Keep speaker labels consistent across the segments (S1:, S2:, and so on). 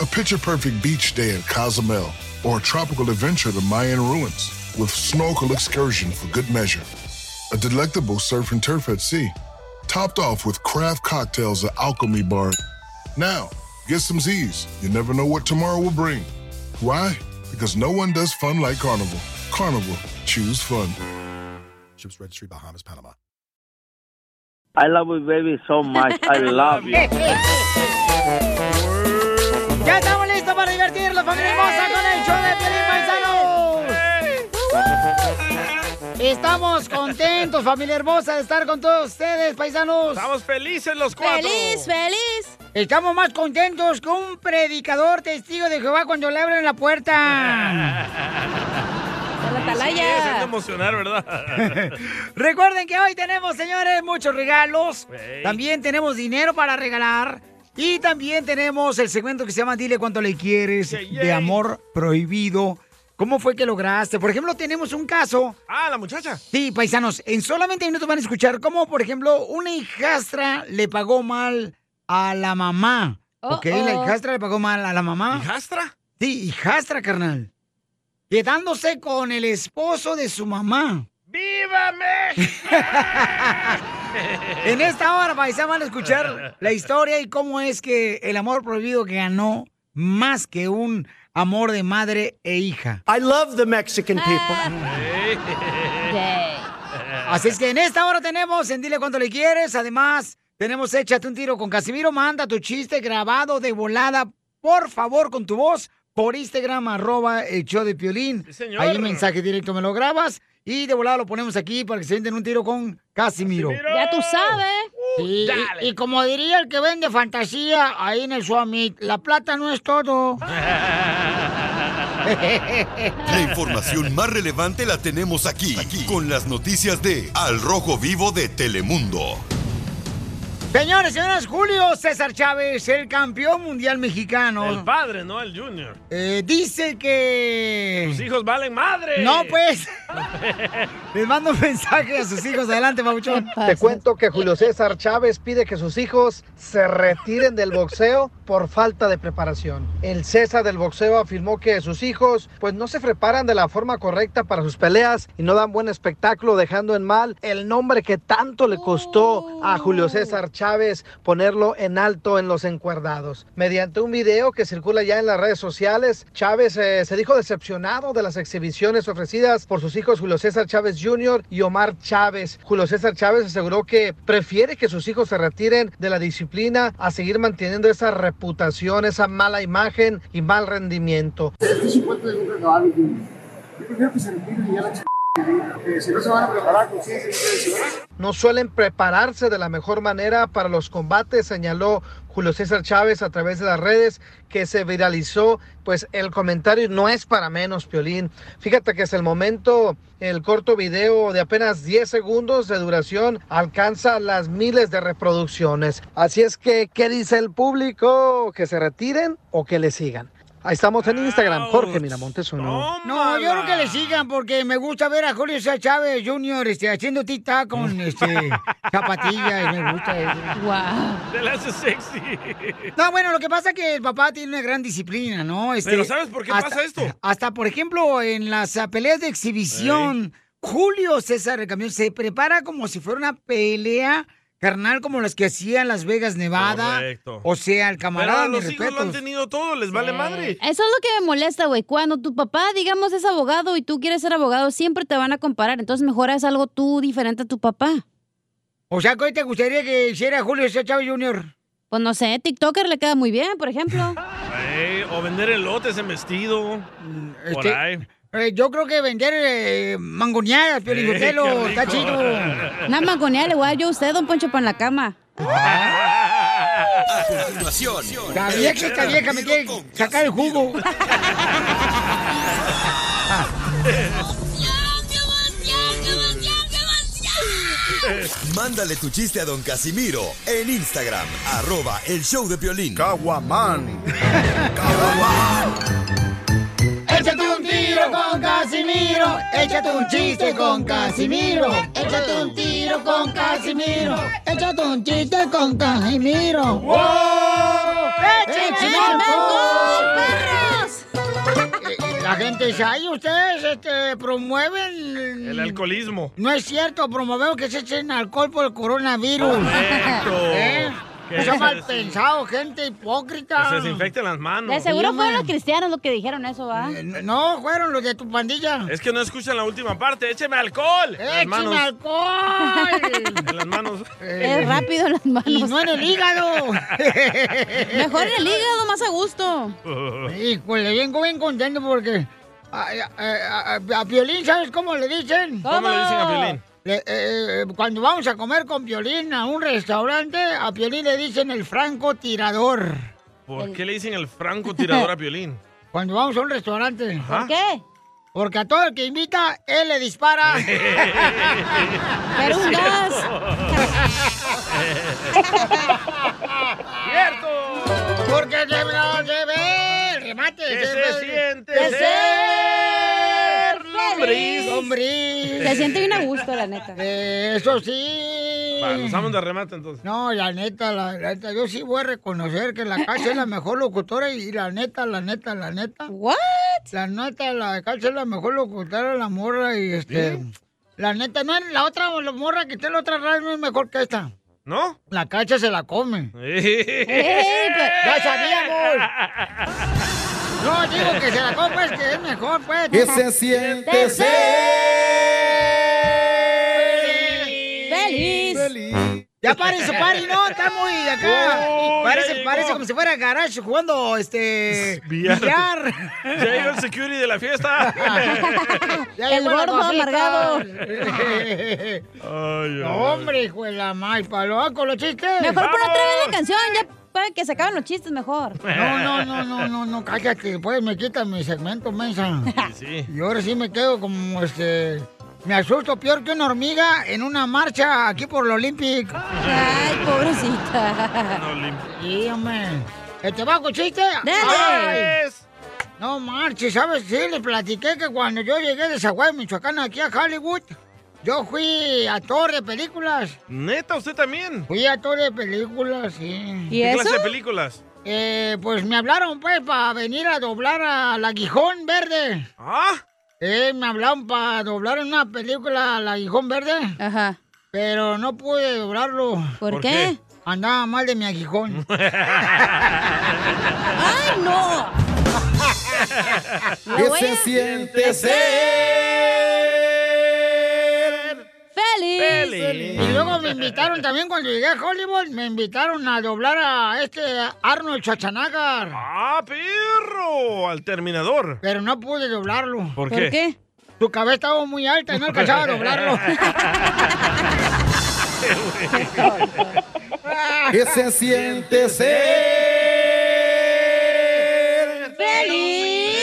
S1: A picture perfect beach day at Cozumel or a tropical adventure to Mayan ruins with snorkel excursion for good measure. A delectable surf and turf at sea, topped off with craft cocktails at Alchemy Bar. Now, get some Z's. You never know what tomorrow will bring. Why? Because no one does fun like Carnival. Carnival, choose fun.
S2: Ships Registry, Bahamas, Panama.
S3: I love you, baby, so much. I love you.
S4: ¡Ya estamos listos para divertirnos, familia hermosa, con el show de Piolín Paisanos! Estamos contentos, familia hermosa, de estar con todos ustedes, paisanos.
S5: Estamos felices los cuatro.
S4: ¡Feliz, feliz! Estamos más contentos que un predicador testigo de Jehová cuando le abren la puerta.
S5: la
S4: atalaya.
S5: es, es de emocionar, ¿verdad?
S4: Recuerden que hoy tenemos, señores, muchos regalos.
S5: Ey.
S4: También tenemos dinero para regalar. Y también tenemos el segmento que se llama Dile cuánto le quieres de amor prohibido. ¿Cómo fue que lograste? Por ejemplo, tenemos un caso.
S5: Ah, la muchacha.
S4: Sí, paisanos, en solamente minutos van a escuchar cómo, por ejemplo, una hijastra le pagó mal a la mamá.
S6: Oh,
S4: ¿Ok? La
S6: oh.
S4: hijastra le pagó mal a la mamá.
S5: ¿Hijastra?
S4: Sí, hijastra, carnal. Quedándose con el esposo de su mamá.
S5: ¡Viva México!
S4: En este- esta hora, paisano, van a escuchar la historia y cómo es que el amor prohibido ganó más que un amor de madre e hija. I love the Mexican
S7: Ah.
S4: Así es que en esta hora tenemos en Dile Cuánto Le Quieres. Además, tenemos Échate un Tiro con Casimiro. Manda tu chiste grabado de volada, por favor, con tu voz, por Instagram, arroba el show de Piolín.
S5: señor.
S4: Hay un mensaje directo, me lo grabas. Y de volada lo ponemos aquí para que se venden un tiro con Casimiro.
S6: Ya tú sabes.
S5: Uh,
S4: Sí, y, y como diría el que vende fantasía ahí en el Suamit, la plata no es todo.
S8: La información más relevante la tenemos aquí, aquí, con las noticias de Al Rojo Vivo de Telemundo.
S4: Señores, señoras, Julio César Chávez, el campeón mundial mexicano.
S5: El padre, no el junior.
S4: Eh, dice que...
S5: Tus hijos valen madre.
S4: No, pues. Les mando un mensaje a sus hijos. Adelante, Pabuchón.
S9: Te cuento que Julio César Chávez pide que sus hijos se retiren del boxeo por falta de preparación. El César del boxeo afirmó que sus hijos pues no se preparan de la forma correcta para sus peleas y no dan buen espectáculo dejando en mal el nombre que tanto le costó a Julio César Chávez ponerlo en alto en los encuerdados. Mediante un video que circula ya en las redes sociales, Chávez eh, se dijo decepcionado de las exhibiciones ofrecidas por sus hijos Julio César Chávez Jr. y Omar Chávez. Julio César Chávez aseguró que prefiere que sus hijos se retiren de la disciplina a seguir manteniendo esa reputación, esa mala imagen y mal rendimiento.
S7: Yo prefiero que se retiren y ya la ch... que si no se van a preparar pues con ciencia, si van a
S9: no suelen prepararse de la mejor manera para los combates, señaló Julio César Chávez a través de las redes que se viralizó, pues el comentario no es para menos, Piolín. Fíjate que hasta el momento el corto video de apenas 10 segundos de duración alcanza las miles de reproducciones. Así es que, ¿qué dice el público? ¿Que se retiren o que le sigan? Ahí estamos en Instagram, Jorge Miramontes uno.
S4: No, yo creo que le sigan porque me gusta ver a Julio César Chávez Jr. Este, haciendo tic-tac con este, zapatillas. Me gusta eso.
S5: Te la hace sexy.
S4: No, bueno, lo que pasa es que el papá tiene una gran disciplina, ¿no? Este,
S5: Pero ¿sabes por qué pasa esto?
S4: Hasta, por ejemplo, en las ah, peleas de exhibición, Julio César el Camión se prepara como si fuera una pelea carnal como las que hacía en Las Vegas, Nevada.
S5: Correcto.
S4: O sea, el
S5: Pero
S4: camarada,
S5: a
S4: mis
S5: los hijos lo han
S4: respetos.
S5: tenido todo, les vale madre.
S10: Eso es lo que me molesta, güey. Cuando tu papá, digamos, es abogado y tú quieres ser abogado, siempre te van a comparar. Entonces mejor haz algo tú diferente a tu papá.
S4: O sea, ¿qué te gustaría que hiciera Julio César Chávez Jr.?
S10: Pues no sé, TikToker le queda muy bien, por ejemplo.
S5: Ey, o vender elotes en vestido. Por
S4: este-
S5: ahí.
S4: Eh, yo creo que vender eh, mangoneadas, Pio
S5: Eh, qué
S4: Lizotelo, está
S5: rico.
S4: chido.
S10: Nada más le voy a dar yo a usted, don Poncho, para la cama.
S8: A continuación.
S4: La vieja, esta vieja me quiere sacar el jugo.
S8: Mándale tu chiste a don Casimiro en Instagram, arroba el show de violín. Caguaman.
S4: Échate un tiro con Casimiro. Échate un chiste con Casimiro. Échate un tiro con Casimiro. Échate un chiste con Casimiro. ¡Wow!
S7: ¡Échame
S4: La gente dice, ay, ustedes este, promueven...
S5: El alcoholismo.
S4: No es cierto, promovemos que se echen alcohol por el coronavirus.
S5: Correcto.
S4: ¿Eh?
S5: Que
S4: No
S5: se
S4: sean mal
S5: des-
S4: pensado, gente hipócrita.
S5: Que se desinfecten las manos.
S10: De seguro fueron los cristianos los que dijeron eso, ¿va?
S4: Eh, No, fueron los de tu pandilla.
S5: Es que no escuchan la última parte. ¡Écheme alcohol! ¡Écheme
S4: ¡Écheme alcohol!
S5: En las manos. Eh,
S10: Es rápido en las manos.
S4: Y no en el hígado.
S10: Mejor en el hígado, más a gusto.
S5: Oh.
S4: Híjole, vengo bien contento porque a, a- a- a Piolín, ¿sabes cómo le dicen?
S5: ¿Cómo le dicen a Piolín?
S4: Le- eh, eh, cuando vamos a comer con Piolín a un restaurante, a Piolín le dicen el francotirador.
S5: ¿Por qué le dicen el francotirador a Piolín?
S4: Cuando vamos a un restaurante.
S5: ¿Por
S10: qué?
S4: Porque a todo el que invita, él le dispara.
S7: Pero
S4: un gas.
S5: ¡Cierto!
S4: Porque se, no, se ve el remate.
S7: Que se siente
S4: de
S7: ser
S10: lombriz.
S4: Lombriz.
S10: Se siente bien a gusto, la neta.
S4: Eh, eso sí.
S5: Va, nos vamos de remate entonces.
S4: No, la neta, la, la neta, yo sí voy a reconocer que la Cacha es la mejor locutora y la neta, la neta, la neta.
S10: ¿What?
S4: La neta, la Cacha es la mejor locutora, la morra y este... La neta, no, la otra la morra que está en la otra radio no es mejor que esta.
S5: ¿No?
S4: La Cacha se la come.
S7: Eh, ¡Ya
S4: ¡Ya sabíamos! No, digo que se la come, es que es mejor, pues.
S7: Que se siente
S4: ¡Feliz! ¡Feliz! Ya parece party, ¿no? Está muy de acá.
S5: Oh, ya
S4: parece,
S5: llegó.
S4: parece como si fuera a garage jugando, este...
S5: Billar.
S4: billar.
S5: Ya llegó el security de la fiesta.
S4: Ya
S10: El
S4: llegó la
S10: gordo
S4: cosita.
S10: amargado.
S5: Ay,
S4: No,
S5: ay,
S4: Hombre, hijo de la mal, palo, con los chistes.
S10: Mejor pon otra vez la canción, ya para que se acaben los chistes mejor.
S4: No, no, no, no, no, no, cállate, pues me quitan mi segmento, mensa.
S5: Sí.
S4: Y ahora sí me quedo como este. Me asusto peor que una hormiga en una marcha aquí por el Olympic. Ay, pobrecita. Sí, hombre. ¿Este bajo chiste?
S7: ¡Dale!
S4: Ay. No marches, ¿sabes? Sí, les platiqué que cuando yo llegué de Zaguay, Michoacán, aquí a Hollywood, yo fui actor de películas.
S5: ¿Neta? ¿Usted también?
S4: Fui actor de películas, sí.
S5: ¿Qué clase de películas?
S4: Eh, pues me hablaron, pues, para venir a doblar al aguijón verde.
S5: ¿Ah?
S4: Eh, me hablaron para doblar en una película al aguijón verde.
S10: Ajá.
S4: Pero no pude doblarlo.
S10: ¿Por ¿Por qué? qué?
S4: Andaba mal de mi aguijón.
S7: ¡Ay,
S10: no!
S7: Que se siente ser
S10: ¡Feliz!
S7: ¡Feliz!
S4: Y luego me invitaron también cuando llegué a Hollywood, me invitaron a doblar a este Arnold Schwarzenegger.
S5: ¡Ah, perro! Al terminador.
S4: Pero no pude doblarlo.
S5: ¿Por qué? ¿Por qué?
S4: Su cabeza estaba muy alta y no alcanzaba a doblarlo.
S7: Que se siente ser
S4: ¡Feliz!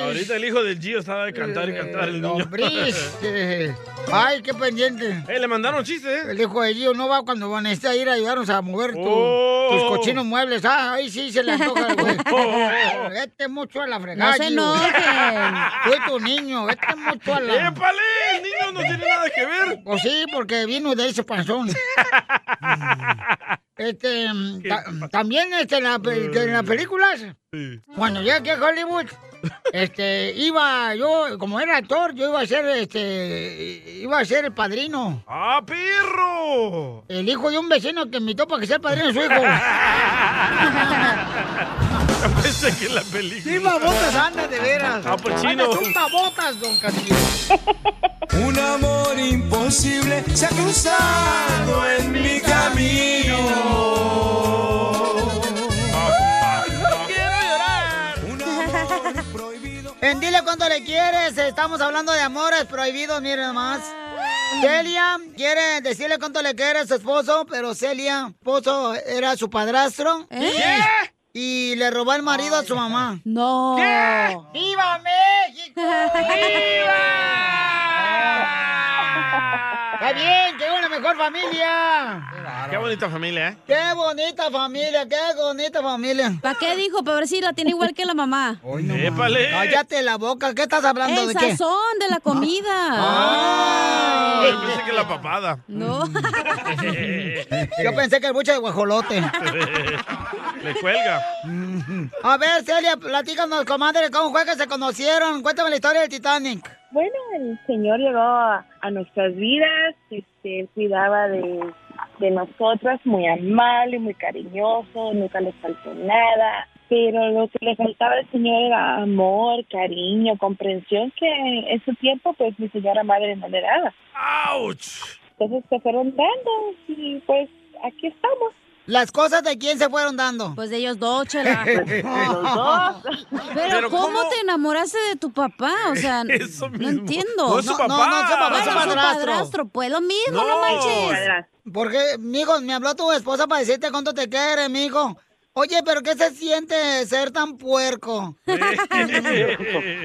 S5: Ahorita el hijo del Gio estaba de cantar y cantar
S4: Eh,
S5: el niño.
S4: Lombriz. Eh, Ay, qué pendiente.
S5: le mandaron chiste, ¿eh?
S4: El hijo de Gio no va cuando van a estar a ir a ayudarnos a mover tu-
S5: Oh.
S4: tus cochinos muebles. Ah, ahí sí se le antoja al güey.
S5: oh,
S4: Vete mucho a la fregada.
S7: No se
S4: Gio.
S7: enojen.
S4: Tú y tu niño, vete mucho a la.
S5: ¡Épale! El niño no tiene nada que ver.
S4: Pues sí, porque vino de ese panzón. este, ta- también este, en, la, pe- que en las películas, cuando llegué aquí a Hollywood, este, iba yo, como era actor, yo iba a ser, este, iba a ser el padrino.
S5: ¡Ah, perro!
S4: El hijo de un vecino que invitó para que sea el padrino de su hijo.
S5: Pensé que la película.
S4: ¡Sí, babotas, anda, de veras!
S5: Ah, pues chino.
S4: Andas un babotas, don Casimiro!
S7: Un amor imposible se ha cruzado en mi camino.
S4: Eh, En Dile Cuánto Le Quieres, estamos hablando de amores prohibidos, miren nomás. Celia quiere decirle cuánto le quiere a su esposo, pero Celia, esposo, era su padrastro. Y le robó el marido a su mamá.
S10: ¿Eh? No.
S4: ¿Qué? ¡Viva México! ¡Viva! ¡Está bien! ¡Qué una mejor familia!
S5: Qué bonita familia, ¿eh?
S4: ¡Qué bonita familia! ¡Qué bonita familia!
S10: ¿Para qué dijo? Pero sí la tiene igual que la mamá.
S5: ¡Épale!
S4: ¡Cállate la boca! ¿Qué estás hablando
S10: El
S4: de qué? Ah.
S10: sazón de la comida.
S5: Ay, pensé que la papada.
S10: No.
S4: Yo pensé que el buche de guajolote.
S5: Le cuelga.
S4: A ver, Celia, platícanos, comadre, cómo fue que se conocieron. Cuéntame la historia del Titanic.
S6: Bueno, el Señor llegó a, a nuestras vidas, este, Él cuidaba de, de nosotras, muy amable, muy cariñoso, nunca le faltó nada. Pero lo que le faltaba al Señor era amor, cariño, comprensión, que en su tiempo, pues mi señora madre no le daba. Entonces se fueron dando y pues aquí estamos.
S4: ¿Las cosas de quién se fueron dando?
S10: Pues de ellos dos, chela.
S4: Los dos.
S10: Pero,
S4: Pero
S10: ¿cómo,
S4: ¿cómo?
S10: te enamoraste de tu papá? O sea,
S4: Eso
S10: no entiendo.
S4: No es su No, no, papá. no es su papá,
S10: Bueno,
S4: es su padrastro.
S10: Pues lo mismo, no, manches.
S4: Porque, mijo, me habló tu esposa para decirte cuánto te quiere, mijo. Oye, pero ¿qué se siente ser tan puerco?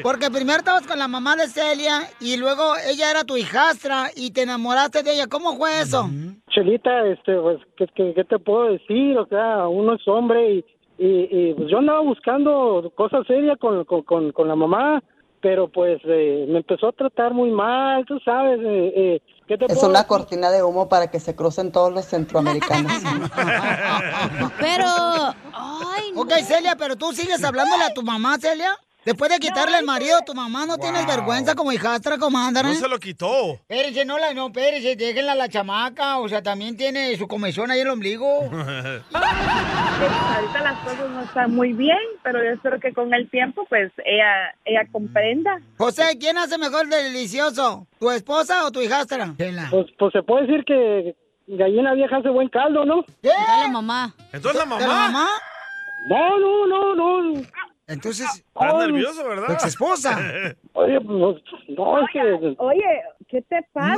S4: Porque primero estabas con la mamá de Celia y luego ella era tu hijastra y te enamoraste de ella. ¿Cómo fue eso?
S11: Chelita, este, pues, ¿qué, qué, qué te puedo decir? O sea, uno es hombre y, y, y, pues, yo andaba buscando cosas serias con, con, con, con la mamá, pero pues eh, me empezó a tratar muy mal, tú sabes. eh, eh, ¿qué te
S12: Es
S11: puedo
S12: una
S11: decir?
S12: cortina de humo para que se crucen todos los centroamericanos.
S10: Pero,
S4: ay, Ok, Celia, pero tú sigues hablándole a tu mamá, Celia. Después de quitarle el marido a tu mamá, ¿no tienes vergüenza como hijastra, comadre?
S5: No se lo quitó.
S4: Espérese, no la, no, espérese, déjenla a la chamaca, o sea, también tiene su comezón ahí en el ombligo.
S6: Pues, ahorita las cosas no están muy bien, pero yo espero que con el tiempo, pues ella, ella comprenda.
S4: José, ¿quién hace mejor de delicioso? ¿Tu esposa o tu hijastra?
S11: Pues, pues se puede decir que gallina vieja hace buen caldo, ¿no?
S4: ¿Qué?
S10: la mamá.
S5: Entonces la mamá.
S4: ¿La mamá?
S11: No, no, no, no.
S4: Entonces...
S5: Estás nervioso, ¿verdad?
S11: ex
S4: esposa.
S11: Oye, pues, no, es que... pues,
S6: Oye, ¿qué te pasa?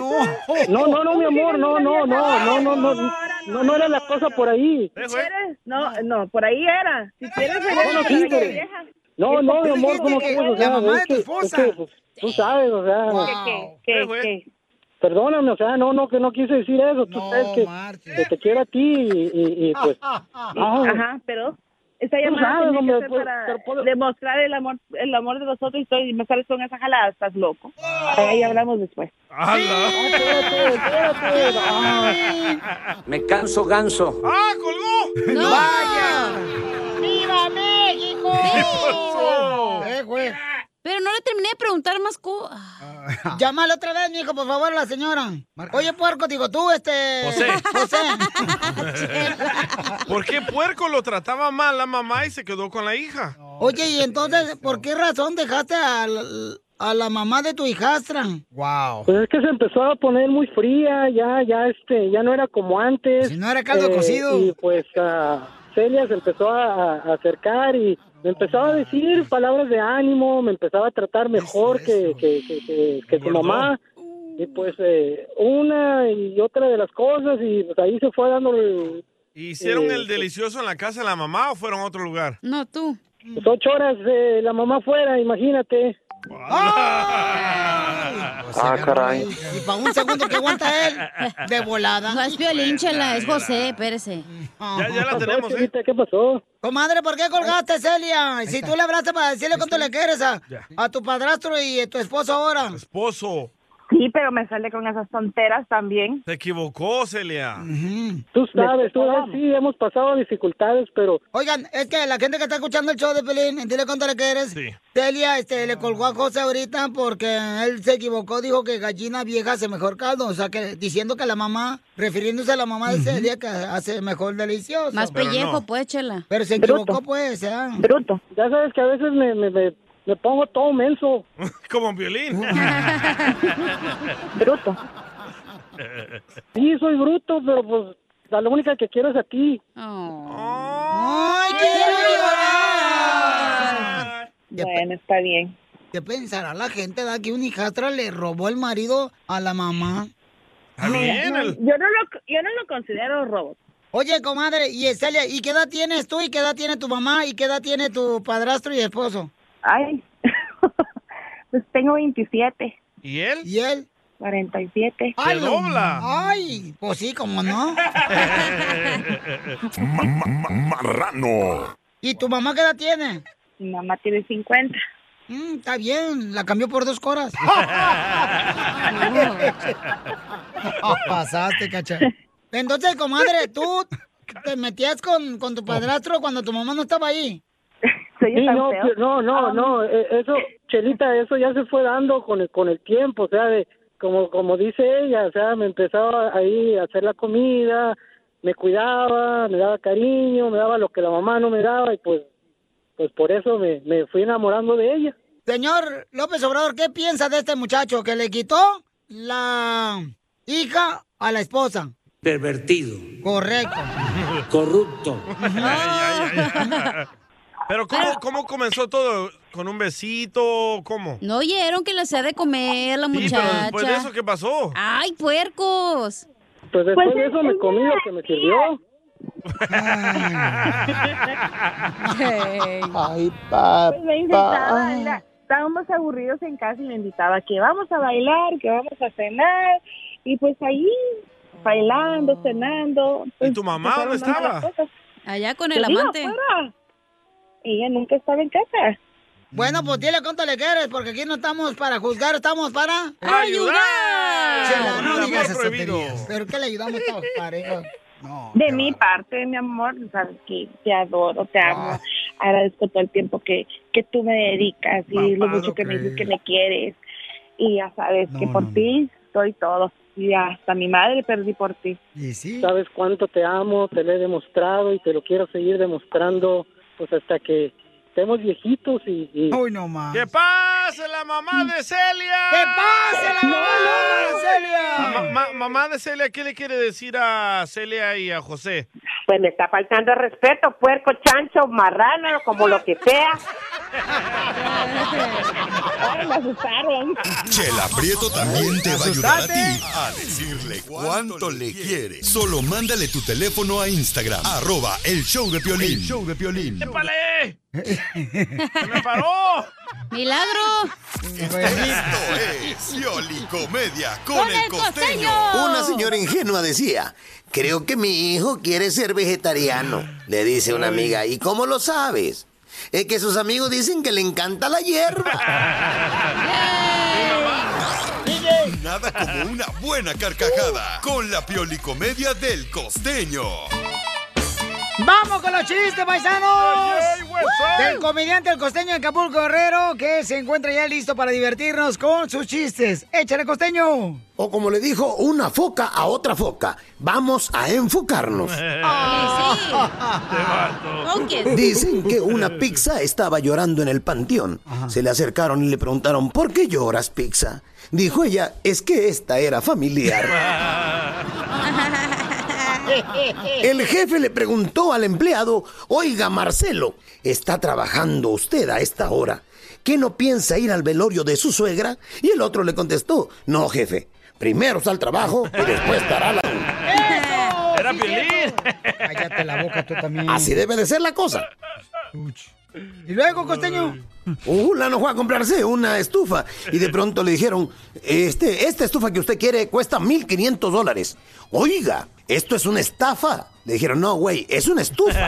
S11: No, no, no, mi amor, no, no, no, no, no, no, no, no, no era la cosa por ahí.
S6: Si quieres, no, no, por ahí era. Si quieres,
S11: No, no, sí, pero- No, no, mi amor, ¿cómo quieres? O sea, es que- es que, pues, tú sabes, o sea... Perdóname, o sea, no, no, que no quise decir eso. Tú sabes que, que te quiero a ti y, y- y, pues... no.
S6: Ajá, pero esa
S11: Tú sabes,
S6: llamada tiene
S11: hombre,
S6: que ser
S11: pues,
S6: para
S11: pero puedo-
S6: demostrar el amor, el amor de nosotros y estoy, y me sales con esa jalada, estás loco. Ahí hablamos después.
S13: Ah, Ah.
S14: Me canso ganso.
S5: ¡Ah, colgó!
S4: ¡Vaya! ¡Viva México!
S10: ¿Qué
S5: pasó?
S4: Eh, güey.
S10: Pero no le terminé de preguntar más cosas.
S5: Ah.
S4: Llámala otra vez, mijo, por favor, a la señora. Oye, puerco, digo tú, este.
S5: José.
S4: José.
S5: ¿Por qué puerco lo trataba mal la mamá y se quedó con la hija?
S4: Oye, y
S5: este,
S4: entonces, ¿por qué razón dejaste a la, a la mamá de tu hijastra?
S5: Wow.
S11: Pues es que se empezó a poner muy fría, ya, ya, este, ya no era como antes.
S4: no era caldo cocido.
S11: Y pues ah, Celia se empezó a, a acercar y me empezaba a decir palabras de ánimo, me empezaba a tratar mejor que, que, que, que- que su
S13: Engordó.
S11: mamá. Y pues eh, una y otra de las cosas y pues ahí se fue dando el-
S5: ¿Hicieron
S11: Eh,
S5: el delicioso en la casa de la mamá o fueron a otro lugar?
S10: No, tú.
S11: pues, ocho horas de la mamá fuera, imagínate.
S4: Pues
S5: Ah,
S11: caray.
S4: Y para un segundo que aguanta él, de volada.
S10: No es Piolín, chela, es José, espérese.
S5: Ya, ya la tenemos, ¿eh?
S11: ¿Qué pasó?
S4: Comadre, ¿por qué colgaste, Celia? Si tú le hablaste para decirle cuánto le quieres a,
S5: Ya.
S4: a tu padrastro y a tu esposo ahora.
S5: Esposo,
S6: Sí, pero me sale con esas tonteras también.
S5: te equivocó, Celia.
S11: Tú sabes, tú sabes, sí, hemos pasado dificultades, pero
S4: Oigan, es que la gente que está escuchando el show de Pelín, dile cuánto le quieres. Celia, este, le colgó a José ahorita porque él se equivocó, dijo que gallina vieja hace mejor caldo. O sea, que diciendo que la mamá, refiriéndose a la mamá de Celia, que hace mejor delicioso.
S10: Más pellejo, pues, chela.
S4: Pero se
S11: Bruto.
S4: equivocó, pues, ¿eh?
S6: Bruto.
S11: Ya sabes que a veces me, me, me, me pongo todo menso.
S5: Como un violín.
S6: Bruto.
S11: Sí, soy bruto, pero pues la la única que quiero es a ti.
S6: Oh.
S4: ¡Ay, quiero llorar!
S6: Bueno, está bien.
S4: ¿Qué pensará la gente da que un hijastra le robó el marido a la mamá?
S5: bien,
S6: No,
S5: el-
S6: yo, no lo, yo no lo considero robo.
S4: Oye, comadre, y Estelia, ¿y qué edad tienes tú y qué edad tiene tu mamá y qué edad tiene tu padrastro y esposo?
S6: Ay, pues tengo 27.
S5: ¿Y él?
S4: ¿Y él?
S6: 47.
S4: ¡Ay, lo- ¡Ay! Pues sí, como no.
S1: Ma- ma- ma- Marrano.
S4: ¿Y tu mamá qué edad tiene? Mm,
S6: Mi mamá tiene 50.
S4: está bien, la cambió por dos coras. Pasaste, cacha. Entonces, comadre, tú te metías con, con tu padrastro cuando tu mamá no estaba ahí.
S6: Sí,
S11: no, que- no,
S4: Ah,
S11: no, no, eh, eso, Chelita, eso ya se fue dando con el, con el tiempo, o sea, de, como, como dice ella, o sea, me empezaba ahí a hacer la comida, me cuidaba, me daba cariño, me daba lo que la mamá no me daba y pues, pues por eso me, me fui enamorando de ella.
S4: Señor López Obrador, ¿qué piensa de este muchacho que le quitó la hija a la esposa?
S14: Pervertido.
S4: Correcto.
S14: Corrupto.
S5: Pero ¿cómo, cómo comenzó todo? ¿Con un besito? ¿Cómo?
S10: No oyeron que le hacía de comer la
S5: Sí,
S10: muchacha.
S5: pero después de eso, ¿qué pasó?
S10: ¡Ay, puercos!
S11: Pues después de eso me comí lo que me sirvió.
S12: Ay, papá.
S6: Pues me invitaba, la- estábamos aburridos en casa y me invitaba que vamos a bailar, que vamos a cenar. Y pues ahí, bailando,
S12: Ah.
S6: cenando. Pues
S5: ¿Y tu mamá dónde estaba?
S10: Allá
S4: con el amante.
S6: Ella nunca estaba en casa.
S4: Bueno, pues dile cuánto le quieres, porque aquí no estamos para juzgar, estamos para
S6: ¡Ayudar!
S4: Chela,
S6: El
S4: no
S6: amor
S4: digas eso.
S6: prohibido.
S4: Pero que le ayudamos todos, pareja.
S6: de mi parte, mi amor, sabes que te adoro, te amo. Agradezco todo el tiempo que, que tú me dedicas y lo
S13: Papá,
S6: mucho
S13: no
S6: que me dices
S13: creo.
S6: que me quieres. Y ya sabes que por ti soy todo. Y hasta mi madre perdí por ti.
S11: Sabes cuánto te amo, te lo he demostrado y te lo quiero seguir demostrando, pues hasta que estemos viejitos y... y-
S4: Uy, no más.
S5: ¡Que pase la mamá de Celia!
S4: Ah. ¡Que pase la mamá de
S5: Ma-
S4: Celia!
S5: ma- mamá de Celia, ¿qué le quiere decir a Celia y a José?
S13: Pues me está faltando el respeto, puerco, chancho, marrano, como lo que sea.
S6: Ay, me asustaron.
S8: Chela Prieto también te va a ayudar a ti a decirle cuánto le quiere. Solo mándale tu teléfono a Instagram, arroba el show de Piolín.
S7: El
S8: show de Piolín.
S5: ¡Épale! ¡Me paró!
S11: pues.
S10: ¡Milagro!
S8: Esto es Piolicomedia eh, con, el costeño.
S15: Una señora ingenua decía, creo que mi hijo quiere ser vegetariano, le dice una amiga, ¿y cómo lo sabes? Es que sus amigos dicen que le encanta la hierba.
S8: Nada como una buena carcajada con la Piolicomedia del costeño.
S4: ¡Vamos con los chistes, paisanos!
S7: Ay, ay, güey.
S4: Del comediante El Costeño de Acapulco Guerrero, que se encuentra ya listo para divertirnos con sus chistes. ¡Échale, Costeño!
S15: O como le dijo una foca a otra foca, vamos a enfocarnos. Dicen que una pizza estaba llorando en el panteón. Se le acercaron y le preguntaron, ¿por qué lloras, pizza? Dijo ella, es que esta era familiar. El jefe le preguntó al empleado, oiga, Marcelo, ¿está trabajando usted a esta hora? ¿Qué no piensa ir al velorio de su suegra? Y el otro le contestó, no, jefe, primero sal trabajo y después dará la...
S5: ¡Era Piolín!
S4: Cállate la boca tú también.
S15: Así debe de ser la cosa.
S4: Y luego, costeño.
S15: Un fulano Uh, fue a comprarse una estufa y de pronto le dijeron, este, esta estufa que usted quiere cuesta 1.500 dólares. Oiga, esto es una estafa. Le dijeron, no, güey, es una estufa.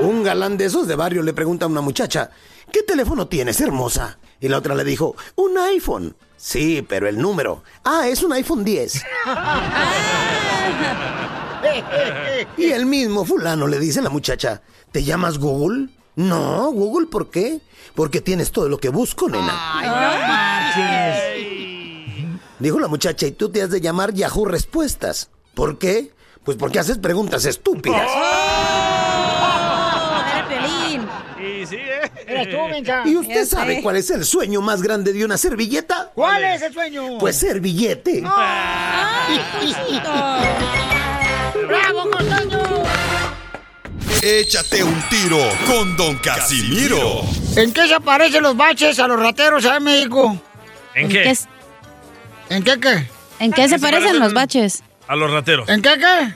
S15: un galán de esos de barrio le pregunta a una muchacha, ¿qué teléfono tienes, hermosa? Y la otra le dijo, un iPhone. Sí, pero el número. Ah, es un iPhone 10. Y el mismo fulano le dice a la muchacha, ¿te llamas Google? No, Google, ¿por qué? Porque tienes todo lo que busco, nena.
S4: Ay, no marches.
S15: Dijo la muchacha, y tú te has de llamar Yahoo Respuestas. ¿Por qué? Pues porque haces preguntas estúpidas.
S4: Oh.
S10: Oh, ¡Era Piolín!
S5: Y sí, ¿eh?
S4: Eres tú, Benja.
S15: ¿Y usted sabe cuál es el sueño más grande de una servilleta?
S4: ¿Cuál es el sueño? Pues
S15: Pues ser billete.
S4: ¡Bravo, costeño!
S8: Échate un tiro con Don Casimiro.
S4: ¿En qué se aparecen los baches a los rateros allá en México?
S5: ¿En qué?
S4: eh, ¿En qué qué?
S10: ¿En qué se parecen los baches?
S5: A los rateros.
S4: ¿En qué qué?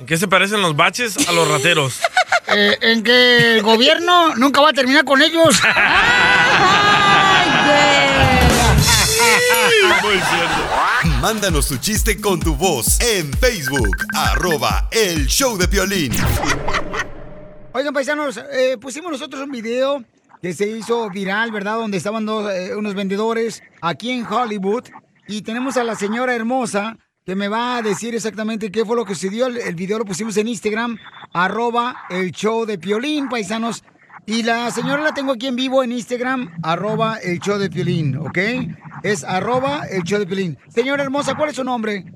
S5: ¿En qué se parecen los baches a los rateros?
S4: Eh, en que el gobierno nunca va a terminar con ellos.
S7: Pues,
S8: Mándanos tu chiste con tu voz en Facebook, arroba el show de Piolín.
S4: Oigan, paisanos, eh, pusimos nosotros un video que se hizo viral, ¿verdad? Donde estaban dos, eh, unos vendedores aquí en Hollywood. Y tenemos a la señora hermosa que me va a decir exactamente qué fue lo que sucedió. El, el video lo pusimos en Instagram, arroba el show de Piolín, paisanos. Y la señora la tengo aquí en vivo en Instagram, arroba el show de Piolín, ¿ok? Es arroba el show de Piolín. Señora hermosa, ¿cuál es su nombre?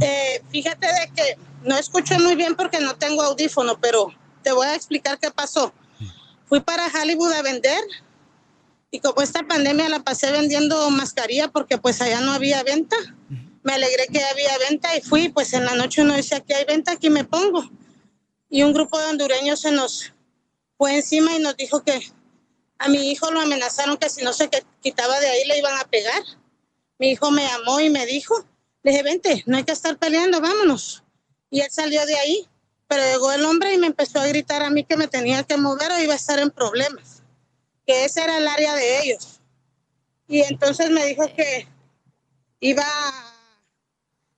S16: Eh, fíjate de que no escuché muy bien porque no tengo audífono, pero te voy a explicar qué pasó. Fui para Hollywood a vender y como esta pandemia la pasé vendiendo mascarilla porque pues allá no había venta. Me alegré que había venta y fui, pues en la noche uno dice, aquí hay venta, aquí me pongo. Y un grupo de hondureños se nos fue encima y nos dijo que a mi hijo lo amenazaron que si no se que- quitaba de ahí le iban a pegar. Mi hijo me llamó y me dijo, le dije, vente, no hay que estar peleando, vámonos. Y él salió de ahí, pero llegó el hombre y me empezó a gritar a mí que me tenía que mover o iba a estar en problemas, que ese era el área de ellos. Y entonces me dijo que iba,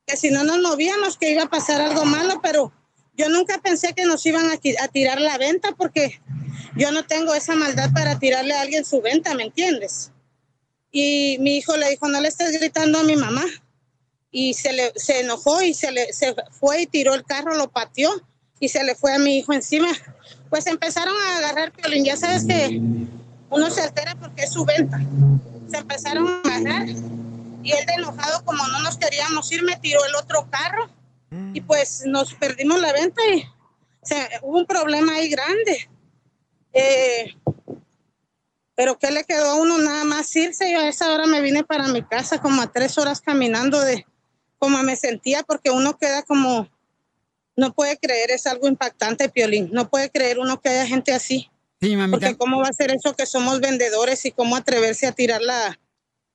S16: que si no nos movíamos, que iba a pasar algo malo, pero yo nunca pensé que nos iban a, qui- a tirar la venta porque yo no tengo esa maldad para tirarle a alguien su venta, ¿me entiendes? Y mi hijo le dijo, no le estés gritando a mi mamá y se, le, se enojó y se, le, se fue y tiró el carro, lo pateó y se le fue a mi hijo encima. Pues empezaron a agarrar violín. Ya sabes que uno se altera porque es su venta. Se empezaron a agarrar y él de enojado, como no nos queríamos ir, me tiró el otro carro y pues nos perdimos la venta y se- hubo un problema ahí grande. Eh, pero ¿qué le quedó a uno nada más irse? Yo a esa hora me vine para mi casa como a tres horas caminando de como me sentía porque uno queda como, no puede creer, es algo impactante, Piolín, no puede creer uno que haya gente así. porque cómo va a ser eso que somos vendedores y cómo atreverse a tirar la,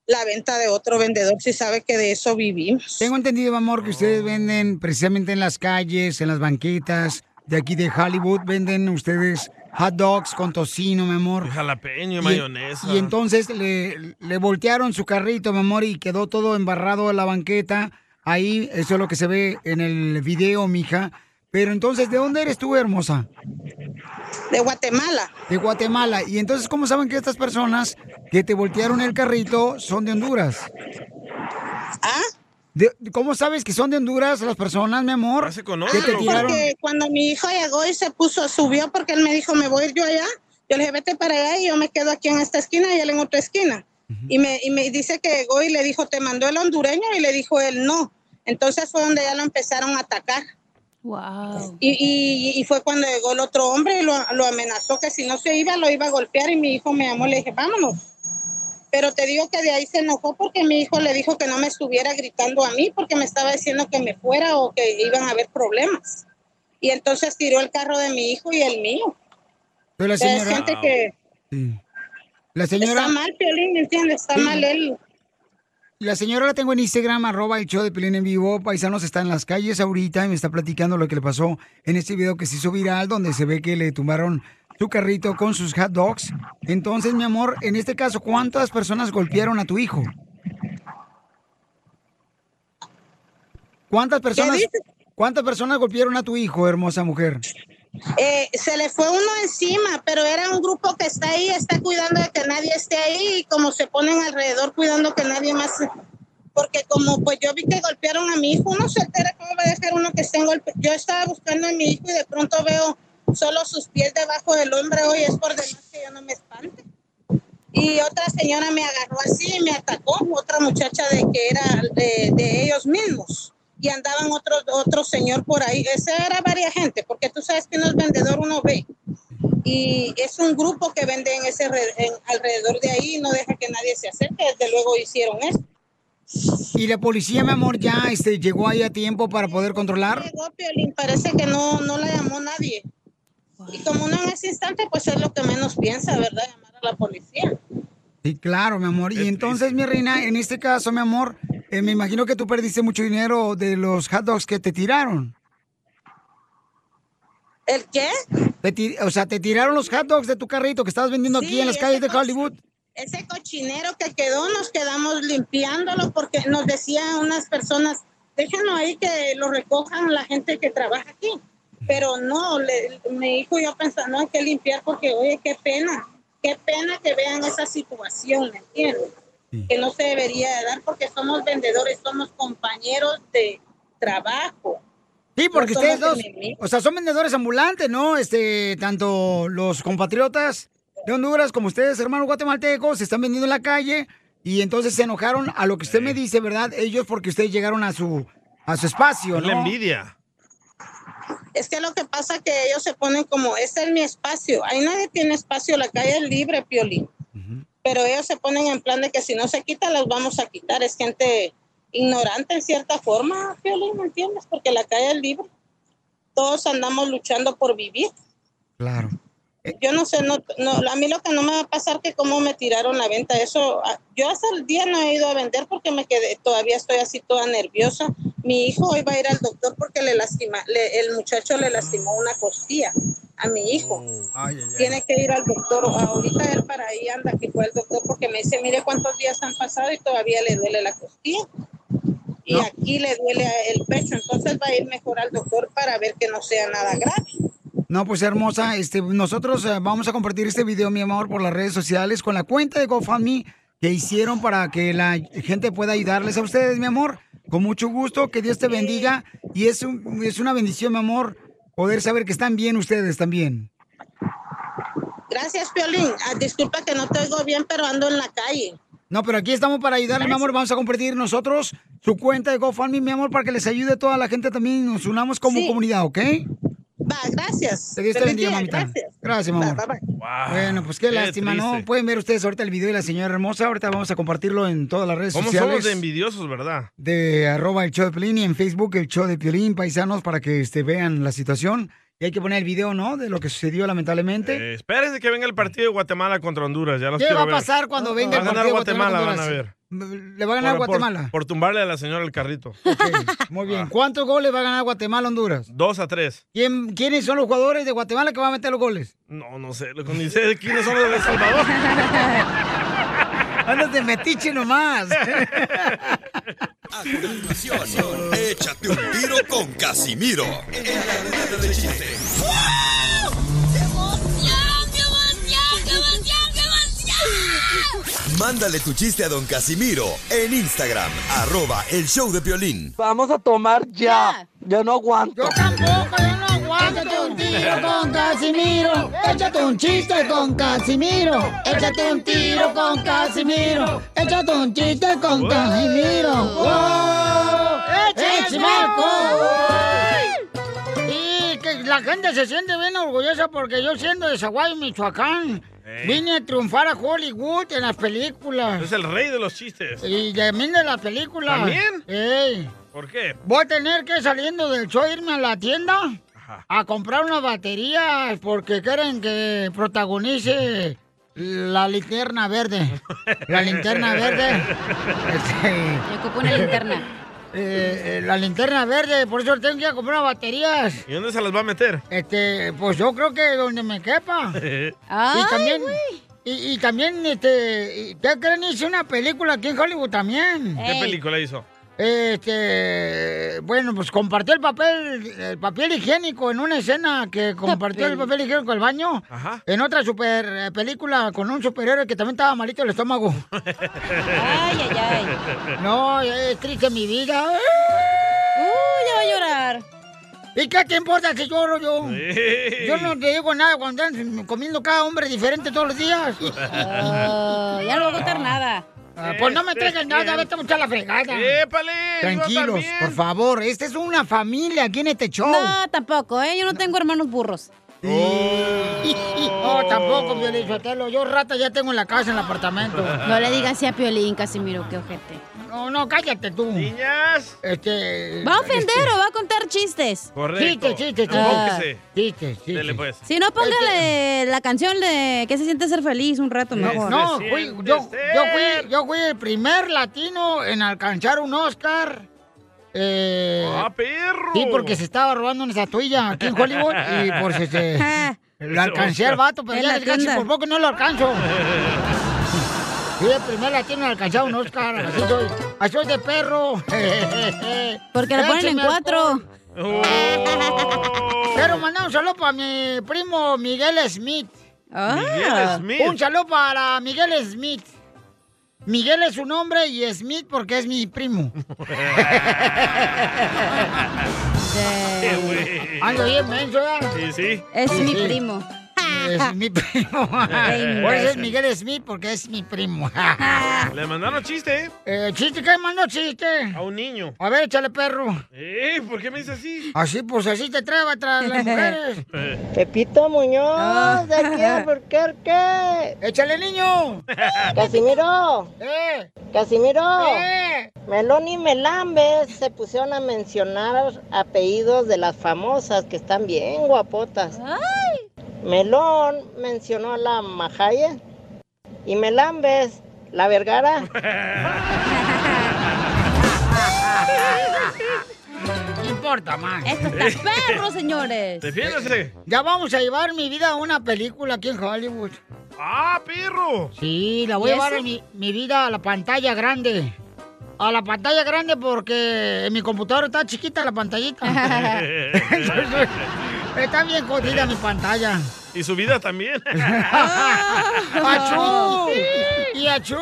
S16: la venta de otro vendedor si sabe que de eso vivimos.
S4: Tengo entendido, mi amor, que ustedes venden precisamente en las calles, en las banquetas de aquí de Hollywood. Venden ustedes hot dogs con tocino, mi amor.
S5: Jalapeño y
S4: Y-
S5: mayonesa.
S4: Y entonces le, le voltearon su carrito, mi amor, y quedó todo embarrado en la banqueta. Ahí, eso es lo que se ve en el video, mija. Pero entonces, ¿de dónde eres tú, hermosa?
S16: De Guatemala.
S4: De Guatemala. Y entonces, ¿cómo saben que estas personas que te voltearon el carrito son de Honduras?
S16: ¿Ah?
S4: ¿Cómo sabes que son de Honduras las personas, mi amor? se
S16: Ah, porque cuando mi hijo llegó y se puso, subió porque él me dijo, me voy a ir yo allá. Yo le dije, vete para allá y yo me quedo aquí en esta esquina y él en otra esquina. y, me, y me dice que llegó y le dijo, te mandó el hondureño y le dijo él no. Entonces fue donde ya lo empezaron a atacar.
S10: Wow.
S16: Y, y- y fue cuando llegó el otro hombre y lo, lo amenazó que si no se iba lo iba a golpear y mi hijo me llamó y le dije, vámonos. Pero te digo que de ahí se enojó porque mi hijo le dijo que no me estuviera gritando a mí porque me estaba diciendo que me fuera o que iban a haber problemas. Y entonces tiró el carro de mi hijo y el mío.
S4: Pero la
S16: O sea, es
S4: señora-
S16: gente que
S4: La señora...
S16: está mal, Piolín, ¿me entiendes? Está
S4: Sí.
S16: mal él.
S4: La señora la tengo en Instagram, arroba el show de Pelín en vivo. Paisanos está en las calles ahorita y me está platicando lo que le pasó en este video que se hizo viral, donde se ve que le tumbaron su carrito con sus hot dogs. Entonces, mi amor, en este caso, ¿cuántas personas golpearon a tu hijo? ¿Cuántas personas, ¿cuántas personas golpearon a tu hijo, hermosa mujer?
S16: Eh, se le fue uno encima, pero era un grupo que está ahí, está cuidando de que nadie esté ahí y como se ponen alrededor cuidando que nadie más... Porque como pues yo vi que golpearon a mi hijo, uno se altera cómo va a dejar uno que esté en golpe. Yo estaba buscando a mi hijo y de pronto veo solo sus pies debajo del hombre hoy, es por demás que yo no me espante. Y otra señora me agarró así y me atacó, otra muchacha de que era de, de ellos mismos. Y andaban otro, otro señor por ahí. Ese era varias gente, porque tú sabes que uno es vendedor, uno ve. Y es un grupo que vende en ese re- en- alrededor de ahí y no deja que nadie se acerque. Desde luego hicieron eso.
S4: Y la policía, mi amor, ya este, llegó ahí a tiempo para poder controlar.
S16: Llegó Piolín, parece que no, no la llamó nadie. Y como uno en ese instante, pues es lo que menos piensa, ¿verdad? Llamar a la policía.
S4: Sí, claro, mi amor. Y entonces, mi reina, en este caso, mi amor, eh, me imagino que tú perdiste mucho dinero de los hot dogs que te tiraron.
S16: ¿El qué?
S4: o sea, te tiraron los hot dogs de tu carrito que estabas vendiendo aquí
S16: Sí,
S4: en las
S16: ese
S4: calles de
S16: coche.
S4: Hollywood.
S16: Ese cochinero que quedó, nos quedamos limpiándolo porque nos decían unas personas, déjenlo ahí que lo recojan la gente que trabaja aquí. Pero no, le- mi hijo y yo pensando, no hay que limpiar porque, oye, qué pena, qué pena que vean esa situación, ¿me entiendes? Que no se debería de dar porque somos vendedores, somos compañeros de trabajo.
S4: Sí, porque
S16: No
S4: ustedes
S16: somos
S4: dos,
S16: enemigos.
S4: o sea, son vendedores ambulantes, ¿no? Este, tanto los compatriotas de Honduras como ustedes, hermanos guatemaltecos, se están vendiendo en la calle y entonces se enojaron a lo que usted me dice, ¿verdad? Ellos porque ustedes llegaron a su a su espacio,
S5: Es
S4: ¿no?
S5: la envidia.
S16: Es que lo que pasa es que ellos se ponen como, este es mi espacio. Ahí nadie tiene espacio, la calle es libre, Piolín. Pero ellos se ponen en plan de que si no se quita, los vamos a quitar. Es gente ignorante en cierta forma, Piolín, ¿me entiendes? Porque la calle es libre. Todos andamos luchando por vivir.
S4: Claro.
S16: Yo no sé, no, no, a mí lo que no me va a pasar que cómo me tiraron la venta. Eso, ah, yo hasta el día no he ido a vender porque me quedé, todavía estoy así toda nerviosa. Mi hijo hoy va a ir al doctor porque le lastima, le- el muchacho le lastimó una costilla a mi hijo.
S9: Mm,
S16: Tiene que ir al doctor. Ahorita él para ahí anda que fue al doctor porque me dice, mire cuántos días han pasado y todavía le duele la costilla. Y aquí le duele el pecho. Entonces va a ir mejor al doctor para ver que no sea nada grave.
S4: No, pues hermosa, este, nosotros eh, vamos a compartir este video, mi amor, por las redes sociales con la cuenta de GoFundMe que hicieron para que la gente pueda ayudarles a ustedes, mi amor. Con mucho gusto, que Dios te bendiga. Y es, un- es una bendición, mi amor, poder saber que están bien ustedes también.
S16: Gracias, Piolín. Ah, disculpa que no te oigo bien, pero ando en la calle.
S4: No, pero aquí estamos para ayudarles, mi amor. Vamos a compartir nosotros su cuenta de GoFundMe, mi amor, para que les ayude a toda la gente también y nos unamos como comunidad, ¿ok?
S16: Va, gracias.
S4: Que Dios te
S16: Feliz
S4: bendiga,
S16: día,
S4: mamita.
S16: gracias.
S4: Gracias, mi amor.
S5: Wow.
S4: Bueno, pues qué,
S5: Ah, Qué
S4: lástima, ¿no?
S5: triste.
S4: Pueden ver ustedes ahorita el video de la señora hermosa. Ahorita vamos a compartirlo en todas las redes
S5: ¿Cómo
S4: sociales.
S5: somos de envidiosos, verdad?
S4: de arroba el show de Piolín y en Facebook el show de Piolín, paisanos, para que este, vean la situación. Y hay que poner el video, ¿no? De lo que sucedió
S5: Eh,
S4: lamentablemente.
S5: Espérense que venga el partido de Guatemala contra Honduras. Ya los
S4: ¿Qué
S5: quiero
S4: va a
S5: ver.
S4: pasar cuando venga
S5: Va a
S4: el
S5: ganar
S4: partido
S5: Guatemala, van a
S4: Guatemala-Honduras?
S5: ver.
S4: Le va a ganar
S5: Por- por-
S4: Guatemala.
S5: Por, tumbarle a la señora el carrito.
S4: Muy bien.
S5: Ah.
S4: ¿Cuántos goles va a ganar Guatemala a Honduras?
S5: Dos a tres.
S4: ¿Quién- ¿Quiénes son los jugadores de Guatemala que van a meter los goles?
S5: No, no sé, loco, ni sé quiénes son los de El Salvador.
S4: Andas de metiche nomás.
S8: Échate un tiro con Casimiro. En la ruleta de chiste. Mándale tu chiste a don Casimiro en Instagram, arroba el show de Piolín.
S12: Vamos a tomar ya. Yo no aguanto.
S4: Échate un tiro con Casimiro. Échate un chiste con Casimiro. Échate un tiro con Casimiro. Échate un chiste con Casimiro. ¡Wow!
S7: ¡Échame alcohol!
S4: Y que la gente se siente bien orgullosa porque yo siendo de Zaguay, Michoacán,
S5: Ey.
S4: vine a triunfar a Hollywood en las películas.
S5: es el rey de los chistes.
S4: Y también de las películas.
S5: ¿También?
S4: Ey.
S5: ¿Por qué?
S4: Voy a tener que saliendo del show irme a la tienda a comprar unas baterías porque quieren que protagonice la linterna verde. La linterna verde. Este,
S10: una linterna.
S4: eh, eh, la linterna verde, por eso tengo que ir a comprar unas baterías.
S5: ¿Y dónde se las va a meter?
S4: Este, pues yo creo que donde me quepa.
S10: Ay,
S4: y también, y, y también, este, ¿qué creen? Hice una película aquí en Hollywood también.
S5: ¿Qué película hizo?
S4: Este, bueno, pues compartió el papel, el papel higiénico en una escena que compartió el papel higiénico del baño.
S5: Ajá.
S4: En otra super eh, película con un superhéroe que también estaba malito el estómago.
S5: Ay,
S4: ay, ay. No, es triste mi vida.
S10: ya va a llorar.
S4: ¿Y qué te importa si lloro yo?
S7: Sí.
S4: Yo no te digo nada cuando andan comiendo cada hombre diferente todos los días.
S10: Oh,
S7: Ah, ya no voy a contar
S4: nada. pues no me traigan nada, vete a echar la fregada.
S5: Este, ¡Épale!
S4: Tranquilos, por favor. Esta es una familia aquí en este show.
S10: No, tampoco, ¿eh? Yo no tengo hermanos burros.
S4: No, Oh, tampoco, Violín Sotelo. Yo rata ya tengo en la casa, en el apartamento.
S10: No le digas así a Piolín, Casimiro, qué ojete.
S4: No, no, cállate tú. Niñas. Este.
S10: ¿Va a ofender
S4: este-
S10: o va a contar chistes? Ah.
S4: Chistes, chistes, chistes.
S10: Enfóquese.
S4: Chistes, chistes.
S5: Dele, pues.
S10: Si no, póngale la canción de que se siente ser feliz un rato mejor.
S4: Este, No, pues, fui- yo, yo fui, yo fui el primer latino en alcanzar un Oscar. Eh,
S5: ¡Ah, perro!
S4: Sí, porque se estaba robando una estatuilla aquí en Hollywood y por si se...
S10: Ah.
S4: Lo alcancé al vato, pero
S7: En
S4: ya
S7: la
S4: ves, casi
S7: tienda.
S4: por poco no lo alcanzo. Fui el primer latino en alcanzar un Oscar. Así soy, así soy de perro.
S10: Porque lo ponen en
S4: Écheme
S10: cuatro.
S4: Quiero mandar Oh. un saludo para mi primo Miguel Smith.
S10: Ah.
S7: Miguel Smith.
S4: Un saludo para Miguel Smith. Miguel es su nombre y Smith porque es mi primo.
S5: Qué güey.
S4: Ando bien menso, ¿verdad?
S5: Sí, sí.
S10: Es
S4: Sí,
S10: mi
S4: sí.
S10: primo.
S4: Es mi primo.
S5: Qué
S4: Por eso es
S5: imbécil.
S4: Miguel Smith porque es mi primo.
S5: Le mandaron chiste, ¿eh?
S4: Eh, ¿Chiste qué mandó chiste? A
S5: un niño.
S4: A ver, échale perro.
S5: Eh, ¿Por qué me dices así?
S4: Así pues así te trae atrás las mujeres.
S5: Eh.
S17: Pepito Muñoz, de aquí de Alburquerque.
S4: ¡Échale, niño!
S17: ¡Casimiro!
S4: ¡Eh!
S17: ¡Casimiro!
S4: ¡Eh!
S17: Melón y Melambes se pusieron a mencionar apellidos de las famosas que están bien guapotas. Melón mencionó a la Majaye y Melambes la Vergara.
S4: No importa más.
S10: Esto está perro, señores.
S5: Defiéndase.
S4: Ya vamos a llevar mi vida a una película aquí en Hollywood.
S5: ¡Ah, perro!
S4: Sí, la voy a
S5: ¿Y
S4: llevar
S5: eso?
S4: mi, mi vida a la pantalla grande. A la pantalla grande porque en mi computadora está chiquita la pantallita. Entonces, está bien jodida mi pantalla.
S5: Y su vida también. Ah.
S4: ¡Achú! ¡Y achú!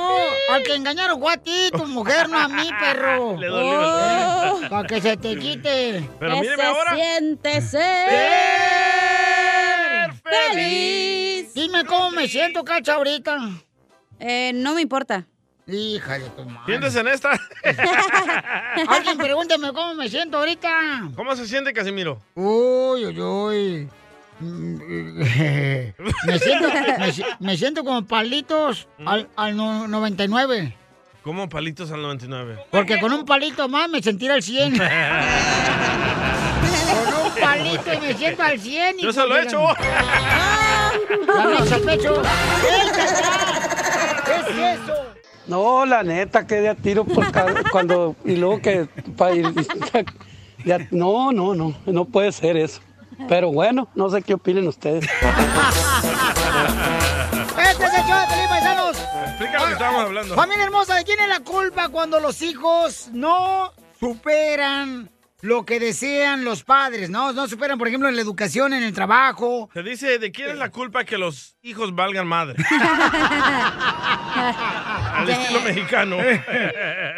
S4: Al que engañaron fue a ti, tu mujer, no a mí, perro.
S5: Le dolió, le dolió.
S4: Para que se te quite.
S5: Pero míreme ahora.
S10: Siente
S4: ser
S10: feliz.
S4: Dime cómo me siento, cacha, ahorita.
S10: Eh, no me importa.
S4: Hija de tu madre.
S5: Siéntese en esta.
S4: Alguien pregúnteme cómo me siento ahorita.
S5: ¿Cómo se siente, Casimiro?
S4: Uy, uy, uy. Mm, eh, Me siento, me, si- me siento como palitos al, al no- 99.
S5: ¿Cómo palitos al 99?
S4: Porque con un palito más me sentiré al 100. Con un palito y me siento al 100.
S7: Yo se lo he hecho.
S4: Dame el sospecho. ¿Qué es eso?
S12: No, la neta, que de a tiro por cada- cuando. Y luego que. pa- y- y- de a- no, no, no, no puede ser eso. Pero bueno, no sé qué opinen ustedes.
S4: Este es el show de Felipe Paisanos.
S5: Explica lo que estábamos hablando.
S4: Familia hermosa, ¿de quién es la culpa cuando los hijos no superan lo que desean los padres? No, no superan, por ejemplo, en la educación, en el trabajo.
S5: Se dice, ¿de quién es la culpa que los hijos valgan madre? Al estilo mexicano.
S7: Eh,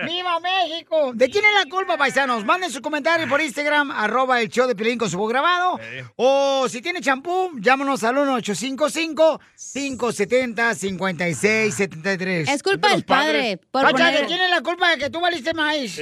S4: ¡Viva México! ¿De quién es la culpa, paisanos? Manden su comentario por Instagram, arroba el show de Pilín con su voz grabado. O si tiene champú, llámanos al 1-855-570-5673.
S10: Es culpa del padre. por
S4: Cacha,
S10: poner-
S4: ¿de quién es la culpa de que tú valiste maíz?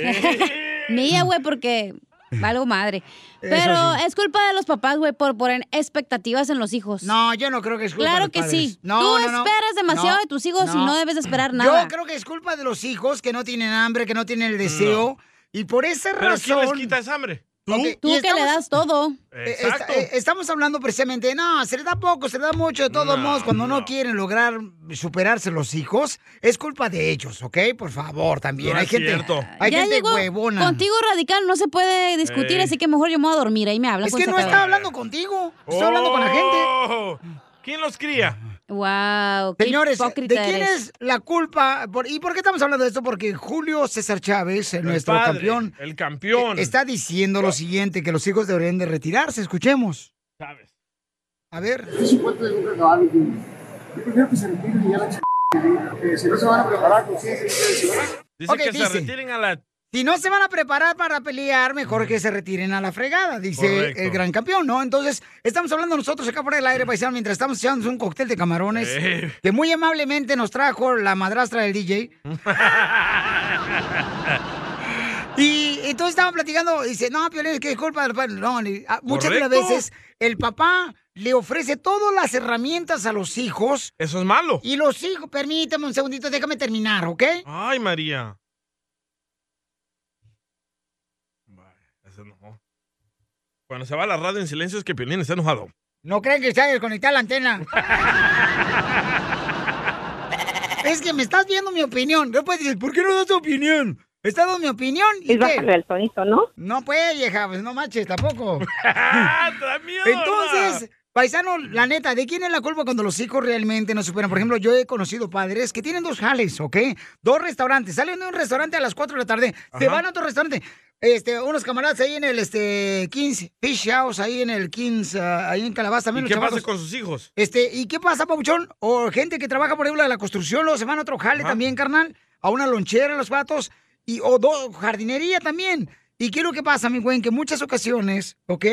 S10: Mía, güey, porque valgo madre. Pero
S4: sí.
S10: es culpa de los papás, güey, por poner expectativas en los hijos.
S4: No, yo no creo que es culpa de
S10: Claro
S4: los
S10: que
S4: padres.
S10: sí.
S4: No,
S10: Tú
S4: no, no.
S10: esperas demasiado
S4: No,
S10: de tus hijos y
S4: no.
S10: no debes de esperar
S4: Yo
S10: nada.
S4: creo que es culpa de los hijos que no tienen hambre, que no tienen el deseo. Y por esa
S5: ¿Pero quién les
S4: razón.
S5: quita esa hambre?
S4: Ok,
S10: Tú
S4: y
S10: que le
S4: estamos-
S10: das todo.
S4: eh, esta-
S5: Exacto.
S4: eh, estamos hablando precisamente, de, no, se le da poco, se le da mucho, de todos modos, cuando no. quieren lograr superarse los hijos, es culpa de ellos, ¿ok? Por favor, también.
S5: No
S4: hay
S5: es
S4: gente,
S5: cierto.
S4: hay
S10: ya
S4: gente
S10: llegó
S4: huevona.
S10: contigo radical, no se puede discutir,
S4: Ey.
S10: así que mejor yo me voy a dormir, ahí me hablas. pues
S4: Es que no está hablando contigo, estoy hablando con la gente.
S5: gente. Oh, ¿Quién los cría?
S10: Wow,
S4: Señores, ¿de quién es la culpa? Por- ¿Y por qué estamos hablando de esto? Porque Julio César Chávez, eh, nuestro
S5: padre,
S4: campeón,
S5: El campeón.
S4: está diciendo lo siguiente, que los hijos deberían de retirarse. Escuchemos.
S5: Chávez.
S4: A
S18: Este
S4: ver.
S18: Yo prefiero que se retiren y ya la ch... eh, que si no se van a preparar, pues sí, sí, sí, sí.
S5: Dice
S4: Ok,
S5: que se
S4: dice.
S5: retiren a la...
S4: Si no se van a preparar para pelear, mejor que se retiren a la fregada, dice
S5: Correcto.
S4: el gran campeón, ¿no? Entonces, estamos hablando nosotros acá por el aire, paisano, mientras estamos echando un cóctel de camarones
S7: Eh.
S4: que muy amablemente nos trajo la madrastra del DJ. Y entonces estaban platicando, dice, no, Piolín, es que es culpa del padre. No, ni- ah, muchas de las
S5: Correcto.
S4: veces el papá le ofrece todas las herramientas a los hijos.
S5: Eso es malo. Ah.
S4: Y los hijos, permíteme un segundito, déjame terminar, ¿ok?
S5: Ay, María. Cuando se va la radio en silencio es que Piolín está enojado.
S4: No creen que está desconectada la antena. es que me estás viendo mi opinión. No puedes decir, ¿por qué no das tu opinión? Está dando mi opinión y
S16: Es
S4: qué?
S16: bajarle el tonito, ¿no?
S4: No puede, vieja, pues no manches tampoco.
S5: miedo,
S4: Entonces, paisano, la neta, ¿de quién es la culpa cuando los hijos realmente no superan? Por ejemplo, yo he conocido padres que tienen dos jales, ¿ok? Dos restaurantes. Salen de un restaurante a las 4 de la tarde, se
S7: Ajá.
S4: van a otro restaurante. Este, unos camaradas ahí en el este, Kings Fish House, ahí en el Kings, ah, ahí en
S5: ¿Y
S4: Calabaza. también los
S5: qué pasa
S4: chamacos.
S5: con sus hijos?
S4: Este, ¿y qué pasa, Pabuchón? O gente que trabaja, por ejemplo, en la construcción, luego se van a otro jale también, carnal, a una lonchera, los vatos, y, o dos, jardinería también. ¿Y qué es lo que pasa, mi güey? Que en muchas ocasiones, ¿ok?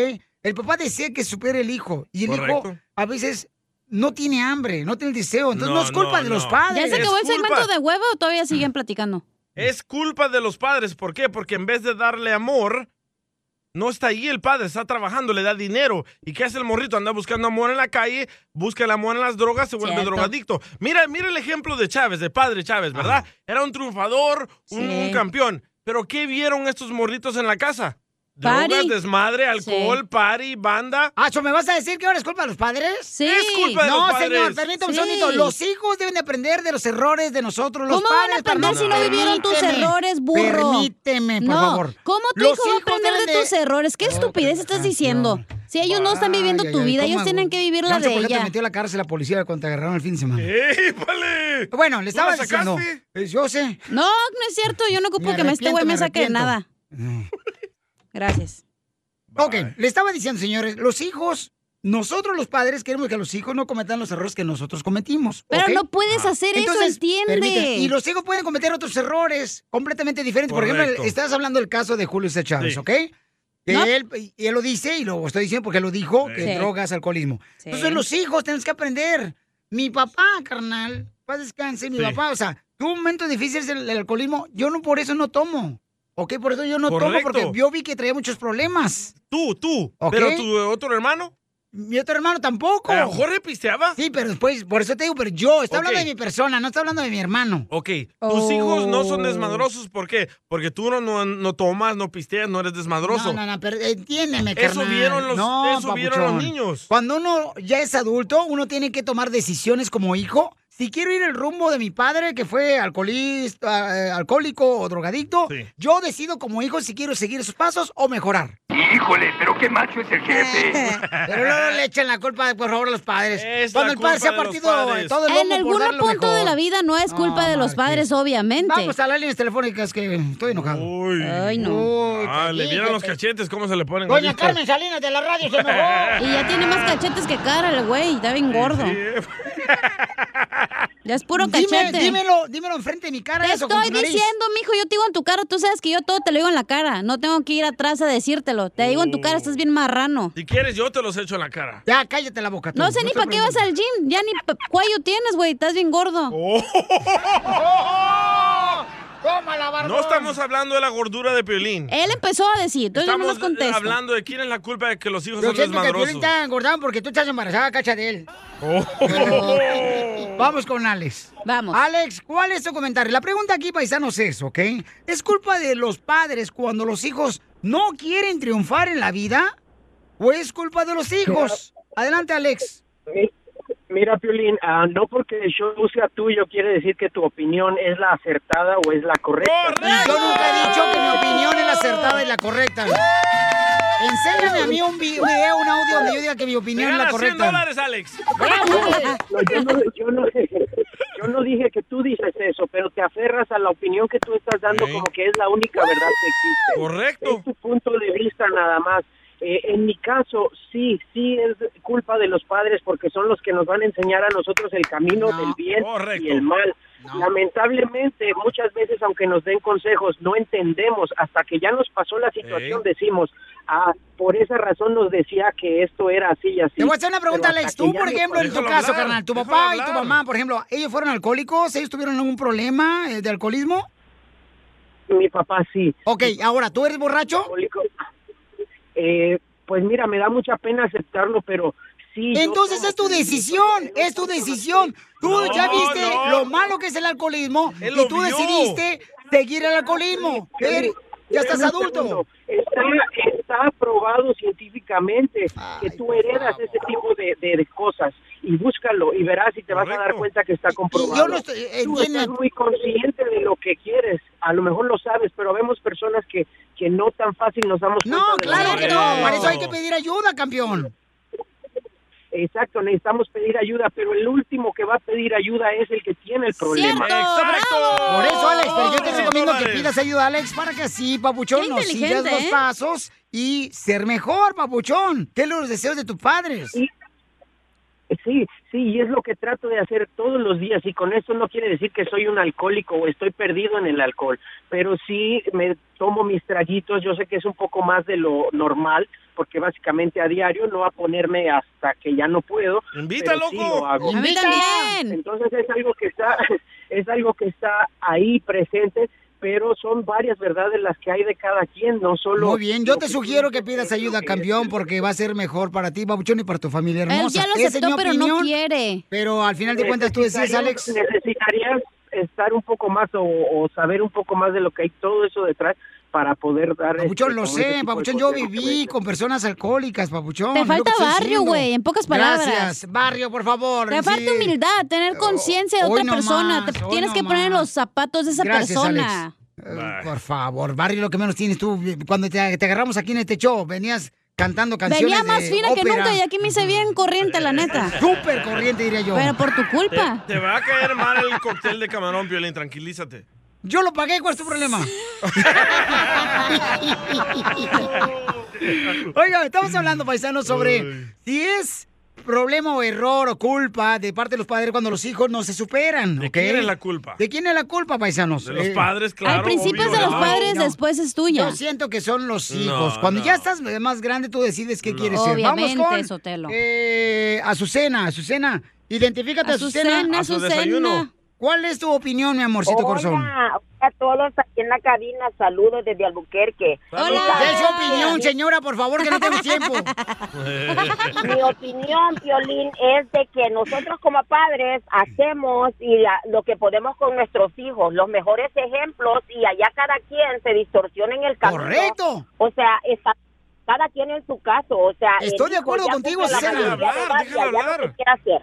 S4: El papá desea que supere el hijo, y el hijo
S5: Correcto.
S4: a veces no tiene hambre, no tiene el deseo, entonces no,
S5: No,
S4: es culpa
S5: no,
S4: de los
S5: no.
S4: padres.
S10: ¿Ya se acabó el
S5: culpa.
S10: segmento de huevo o todavía siguen platicando?
S5: Es culpa de los padres. ¿Por qué? Porque en vez de darle amor, no está ahí el padre, está trabajando, le da dinero. ¿Y qué hace el morrito? Anda buscando amor en la calle, busca el amor en las drogas, se vuelve
S7: Cierto.
S5: drogadicto. Mira, mira el ejemplo de Chávez, de padre Chávez, ¿verdad? Era un triunfador, un,
S7: Sí.
S5: un campeón. Pero ¿qué vieron estos morritos en la casa? Drogas,
S4: Party.
S5: desmadre, alcohol,
S4: Sí.
S5: party, banda.
S4: Ah, ¿so ¿me vas a decir que ahora es culpa de los padres? Sí.
S5: Es culpa de
S4: no,
S5: los padres.
S4: señor, permítame
S10: Sí.
S4: un segundito. Los hijos deben de aprender de los errores de nosotros, los
S10: ¿Cómo van a
S4: padres.
S10: aprender
S4: carnal.
S10: si no vivieron tus
S4: Permíteme,
S10: errores, burro?
S4: Permíteme, por
S10: no.
S4: favor.
S10: ¿Cómo tu
S4: Los
S10: hijo va a
S4: hijos
S10: aprender de
S4: deben
S10: tus errores? ¿Qué estupidez estás diciendo? Si ellos no están viviendo
S4: Ay,
S10: tu
S4: ay,
S10: vida,
S4: ¿cómo
S10: ellos tienen que vivir
S4: Yo
S10: la
S4: no sé
S10: de
S4: por qué te
S10: ella.
S4: metió a la cárcel la policía cuando te agarraron el fin de semana.
S5: ¡Eh, vale!
S4: Bueno, le
S10: ¿No
S4: estaba
S10: la
S4: diciendo.
S10: sacaste?
S4: Eh, Yo sé.
S10: No, no es cierto. Yo no ocupo
S4: Me
S10: que me este güey
S4: arrepiento,
S10: me
S4: me
S10: saque de
S4: arrepiento.
S10: nada. Gracias.
S4: Ok, le estaba diciendo, señores, los hijos, nosotros los padres queremos que los hijos no cometan los errores que nosotros cometimos.
S10: Pero
S4: ¿ok?
S10: no
S7: Ah.
S10: puedes hacer eso, entiende.
S4: permíteme, Y los hijos pueden cometer otros errores completamente diferentes. Por
S7: Correcto.
S4: ejemplo, estás hablando del caso de Julio C. Chávez,
S7: Sí.
S4: ¿ok? Que
S7: No.
S4: él, y él lo dice y lo estoy diciendo porque lo dijo,
S7: Sí.
S4: que
S7: Sí.
S4: drogas, alcoholismo.
S7: Sí.
S4: Entonces Pues, los hijos tenemos que aprender. Mi papá, carnal, paz descanse, mi
S7: Sí.
S4: papá, o sea, tuvo momentos difíciles el, el alcoholismo, yo no por eso no tomo. ¿Ok? Por eso yo no tomo,
S5: Correcto.
S4: porque yo vi que traía muchos problemas.
S5: Tú, tú.
S4: ¿Ok?
S5: Pero tu otro hermano.
S4: Mi otro hermano tampoco.
S5: Pero Jorge pisteaba.
S4: Sí, pero después, por eso te digo, pero yo, está
S5: Ok.
S4: hablando de mi persona, no está hablando de mi hermano.
S5: Ok, tus
S4: Oh.
S5: hijos no son desmadrosos, ¿por qué? Porque tú no, no, no tomas, no pisteas, no eres desmadroso.
S4: No, no, no, pero entiéndeme,
S5: Eso
S4: carnal.
S5: vieron los-
S4: No,
S5: eso vieron los
S4: papuchón.
S5: niños.
S4: Cuando uno ya es adulto, uno tiene que tomar decisiones como hijo. Si quiero ir el rumbo de mi padre, que fue alcoholista, eh, alcohólico o drogadicto, yo decido como hijo si quiero seguir sus pasos o mejorar.
S7: Híjole, pero qué macho es el jefe.
S4: Pero no le echen la culpa, por favor, a los padres.
S7: Es
S4: Cuando
S7: la
S4: el padre se ha
S7: culpa de los
S4: partido eh,
S7: padres.
S4: todo el
S10: En
S4: lomo
S10: algún
S4: por dar lo
S10: punto
S4: mejor.
S10: de la vida no es culpa de los padres, obviamente.
S4: Vamos a las líneas telefónicas que estoy enojado.
S10: Ay, no.
S5: Ah, le
S4: dije,
S5: vieron los
S4: te-
S5: cachetes, cómo se le ponen.
S4: Doña
S5: ahorita.
S4: Carmen Salinas de la radio se enojó.
S10: Y ya tiene más cachetes que cara el güey, está bien gordo. Ya es puro
S4: Dime-
S10: cachete.
S4: dímelo, dímelo enfrente de mi cara.
S10: Te
S4: eso, con
S10: estoy
S4: tu nariz.
S10: diciendo, mijo, yo te digo en tu cara, tú sabes que yo todo te lo digo en la cara. No tengo que ir atrás a decírtelo. Te digo en tu cara, estás bien marrano.
S5: Si quieres, yo te los echo en la cara.
S4: Ya, cállate la boca.
S10: No sé ni para qué vas al gym, ya ni pa- cuello tienes, güey, estás bien gordo.
S4: Oh. ¡Tómala,
S5: No estamos hablando de la gordura de Piolín.
S10: Él empezó a decir, entonces yo
S5: Estamos
S10: nomás contesto.
S5: hablando de quién es la culpa de que los hijos
S4: Yo
S5: son
S4: siento que el Piolín
S5: desmadrosos. Oh.
S4: está engordado porque tú estás embarazada, cacha de él. Vamos con Alex.
S10: Vamos.
S4: Alex, ¿cuál es tu comentario? La pregunta aquí, paisanos, es, ¿ok? ¿Es culpa de los padres cuando los hijos no quieren triunfar en la vida? ¿O es culpa de los hijos? Adelante, Alex.
S19: Mira, Piolín, ah, no porque el show sea tuyo quiere decir que tu opinión es la acertada o es la correcta.
S4: Yo nunca he dicho que mi opinión es la acertada y la correcta. Enséñame a mí un vi- un video, un audio donde yo diga que mi
S5: Te
S4: opinión es la
S5: ganas 100
S4: correcta.
S5: dólares, Alex.
S19: No, yo, no, yo no- yo no dije que tú dices eso, pero te aferras a la opinión que tú estás dando como que es la única verdad que existe.
S5: Correcto.
S19: Es tu punto de vista nada más. Eh, en mi caso, sí, sí es culpa de los padres porque son los que nos van a enseñar a nosotros el camino del bien y el mal. Lamentablemente, muchas veces, aunque nos den consejos, no entendemos hasta que ya nos pasó la situación, decimos, ah, por esa razón nos decía que esto era así y así.
S4: Te voy a hacer una pregunta,
S19: Pero hasta
S4: Alex.
S19: que
S4: Tú,
S19: ya
S4: por
S19: nos
S4: ejemplo, en tu
S19: pasó-
S4: caso, carnal, tu papá y tu mamá, por ejemplo, ¿ellos fueron alcohólicos? ¿Ellos tuvieron algún problema eh, de alcoholismo?
S19: Mi papá sí.
S4: Ok, ahora, ¿tú eres borracho?
S19: Eh, pues mira, me da mucha pena aceptarlo, pero sí. yo
S4: Entonces
S19: como
S4: es tu
S19: que-
S4: decisión, es tu decisión. Tú
S19: No,
S4: ya viste
S19: no.
S4: lo malo que es el alcoholismo
S19: Él
S4: y
S19: lo
S4: tú
S19: vio.
S4: decidiste seguir el alcoholismo.
S19: Piolín,
S4: Er- Ya estás
S19: Espérame un
S4: adulto.
S19: segundo. este Está, está probado científicamente que tú heredas ese tipo de, de- de cosas. Y búscalo y verás y te vas a dar cuenta que está comprobado.
S4: yo no estoy- eh,
S19: tú
S4: entiendo.
S19: estás muy consciente de lo que quieres. A lo mejor lo sabes, pero vemos personas que, que no tan fácil nos damos cuenta.
S4: No,
S19: de lo
S4: claro que no.
S19: queremos.
S4: Para eso hay que pedir ayuda, campeón.
S19: Exacto, necesitamos pedir ayuda, pero el último que va a pedir ayuda es el que tiene el problema.
S4: Por eso, Alex, pero yo te
S19: ¡Cien
S4: recomiendo que
S19: dólares!
S4: pidas ayuda, Alex, para que así, papuchón,
S19: Qué
S4: nos sigas
S19: inteligente,
S4: los
S19: ¿eh?
S4: pasos y ser mejor, papuchón. ¿Qué los deseos de tus padres?
S19: Sí, sí, y es lo que trato de hacer todos los días y con esto no quiere decir que soy un alcohólico o estoy perdido en el alcohol, pero sí me tomo mis traguitos, yo sé que es un poco más de lo normal, porque básicamente a diario no va a ponerme hasta que ya no puedo.
S5: Invita,
S19: pero sí
S5: loco.
S19: lo hago.
S5: A mí también.
S19: Entonces es algo que está, es algo que está ahí presente, pero son varias verdades las que hay de cada quien, no solo...
S4: Muy bien, yo
S19: lo
S4: te
S19: que
S4: sugiero que pidas ayuda, campeón, porque va a ser mejor para ti, papuchón, y para tu familia hermosa.
S10: Él ya lo
S4: Esa es
S10: aceptó,
S4: mi
S10: pero no
S4: opinión,
S10: quiere.
S4: Pero al final de cuentas tú decías,
S19: Necesitarías-
S4: Alex.
S19: Necesitarías estar un poco más o, o saber un poco más de lo que hay todo eso detrás para poder dar... este,
S4: Papuchón,
S19: como
S4: lo
S19: ese tipo
S4: sé,
S19: de
S4: Papuchón, yo
S19: consejos que
S4: viví con personas alcohólicas, Papuchón.
S10: Te
S4: es lo que
S10: falta
S4: estoy
S10: barrio,
S4: diciendo.
S10: güey, en pocas palabras.
S4: Gracias, barrio, por favor.
S10: Te falta
S4: sí. Oh,
S10: humildad, tener conciencia de
S4: hoy
S10: otra
S4: no
S10: persona.
S4: más,
S10: Te
S4: hoy
S10: tienes
S4: no
S10: que poner en los zapatos de esa
S4: Gracias,
S10: persona.
S4: Alex. Eh, Por favor, barrio, lo que menos tienes tú. Cuando te, te agarramos aquí en este show, venías cantando canciones
S10: Venía más
S4: de
S10: fina que
S4: ópera.
S10: nunca y aquí me hice bien corriente, la neta.
S4: Súper corriente, diría yo. Eh,
S10: Pero por tu culpa.
S5: Te va a caer mal el cóctel de camarón, Piolín, tranquilízate.
S4: Yo lo pagué, ¿cuál es tu problema? Oiga, estamos hablando, paisanos, sobre si es problema o error o culpa de parte de los padres cuando los hijos no se superan. ¿De
S5: quién es la culpa?
S4: ¿De quién es la culpa, paisanos?
S5: De los padres, claro, Al
S10: principio es obvio, de los ¿no? padres,
S4: después es tuya. Yo siento que son los
S10: No,
S4: hijos. Cuando
S10: no.
S4: ya estás más grande, tú decides qué quieres ser.
S10: Obviamente,
S4: Vamos con
S10: Sotelo.
S4: eh, Azucena, Azucena. Identifícate, Azucena.
S10: Azucena, A su Azucena. desayuno.
S4: ¿Cuál es tu opinión, mi amorcito
S20: Hola,
S4: corazón?
S20: a todos aquí en la cabina, saludos desde Albuquerque.
S4: ¿Qué es su opinión, señora? Por favor, que no tengo tiempo.
S20: Mi opinión, Violín, es de que nosotros como padres hacemos y la- lo que podemos con nuestros hijos, los mejores ejemplos y allá cada quien se distorsiona en el camino.
S4: Correcto.
S20: O sea, está- cada quien en su caso, o sea... el
S4: Estoy de
S20: hijo
S4: acuerdo
S20: ya
S4: contigo,
S20: cumple la
S4: Susana.
S20: mayoría de edad y allá lo que quiera hacer.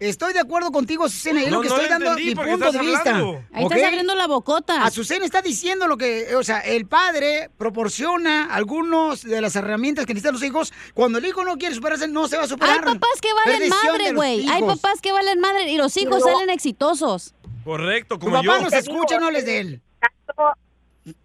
S4: Estoy de acuerdo contigo, Azucena. Es
S20: No,
S4: lo que
S20: no
S4: estoy
S20: le
S4: dando
S20: entendí
S4: mi
S20: porque
S4: punto de
S20: estás
S4: vista.
S20: hablando.
S10: Ahí estás abriendo
S4: la bocota. Azucena está diciendo lo que, o sea, el padre proporciona algunos de las herramientas que necesitan los hijos. Cuando el hijo no quiere superarse, no se va a
S10: Hay
S4: superar.
S10: papás que
S4: Es
S10: valen
S4: decisión de
S10: madre,
S4: los
S10: güey. Hay
S4: hijos.
S10: papás que valen madre y los hijos
S4: No.
S10: salen exitosos.
S5: Correcto,
S4: Tu
S5: como yo.
S4: papá nos escucha, no les dé él.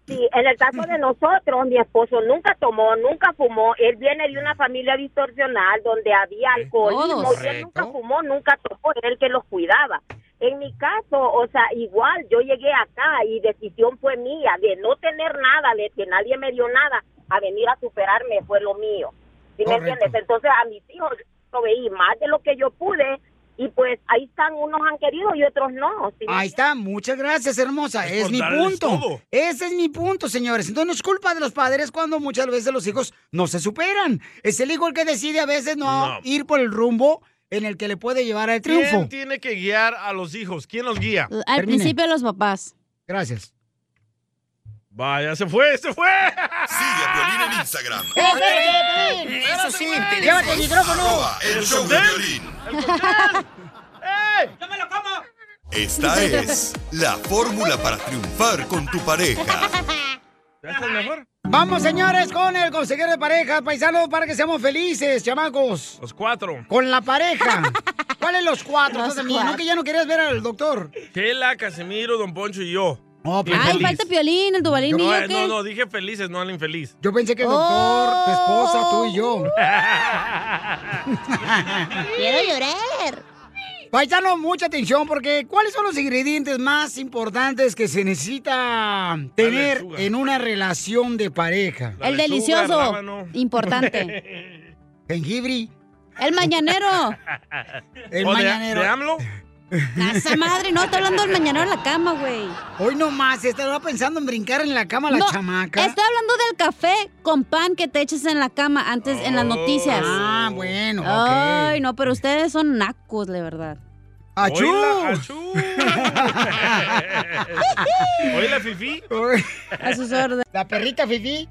S20: Sí, en el caso de nosotros, mi esposo nunca tomó, nunca fumó. Él viene de
S5: Mm.
S20: una familia distorsional donde había alcoholismo.
S21: Todos.
S20: y Él nunca fumó, nunca tomó. Era el que los cuidaba. En mi caso, o sea, igual yo llegué acá y decisión fue mía de no tener nada, de que nadie me dio nada, a venir a superarme fue lo mío. ¿Sí me
S22: Correcto.
S20: entiendes? Entonces a mis hijos lo veí más de lo que yo pude y pues ahí están, unos han querido y otros no. ¿sí me
S4: Ahí está, muchas gracias, hermosa. Es,
S20: por
S4: mi
S20: darles
S4: punto.
S20: todo.
S4: Ese es mi punto, señores. Entonces no es culpa de los padres cuando muchas veces los hijos no se superan. Es el hijo el que decide a veces no,
S5: No.
S4: ir por el rumbo en el que le puede llevar al triunfo.
S5: ¿Quién tiene que guiar a los hijos? ¿Quién los guía?
S10: Al principio los papás.
S4: Gracias.
S5: Vaya, se fue, se fue.
S8: Sigue a Piolín en Instagram.
S4: Eso sí, llévate el micrófono.
S8: Arroba el show de Piolín. Esta es la fórmula para triunfar con tu pareja.
S4: Vamos, señores, con el consejero de pareja, paisanos, para que seamos felices, chamacos.
S5: Los Pues cuatro.
S4: Con la pareja. ¿Cuáles los cuatro?
S5: Los
S4: Estás de mí,
S5: cuatro.
S4: No que ya no querías ver al doctor.
S5: Kela, Casimiro, Don Poncho y yo.
S4: pues,
S10: Ay,
S5: Infeliz.
S10: falta Piolín, el Dubalín y
S5: no,
S10: yo
S5: eh, no,
S10: qué.
S5: no, dije felices, no al infeliz.
S4: Yo pensé que el doctor, tu esposa, tú y yo.
S10: Quiero llorar.
S4: Paisano, mucha atención porque ¿cuáles son los ingredientes más importantes que se necesita tener en una relación de pareja?
S10: El delicioso. Importante.
S4: Jengibre.
S10: El mañanero.
S4: El ¿O de- mañanero. de AMLO?
S10: Esa madre, no, está hablando del mañanero en la cama, güey.
S4: Hoy nomás, estaba pensando en brincar en la cama la chamaca.
S10: Está hablando del café con pan que te eches en la cama antes en las noticias.
S4: Ah, bueno. Oh. ok.
S10: Ay, no, pero ustedes son nacos, de verdad.
S4: ¡Achú!
S5: Oíla, achú. Oíla, Fifi.
S4: A sus órdenes. La perrita Fifi.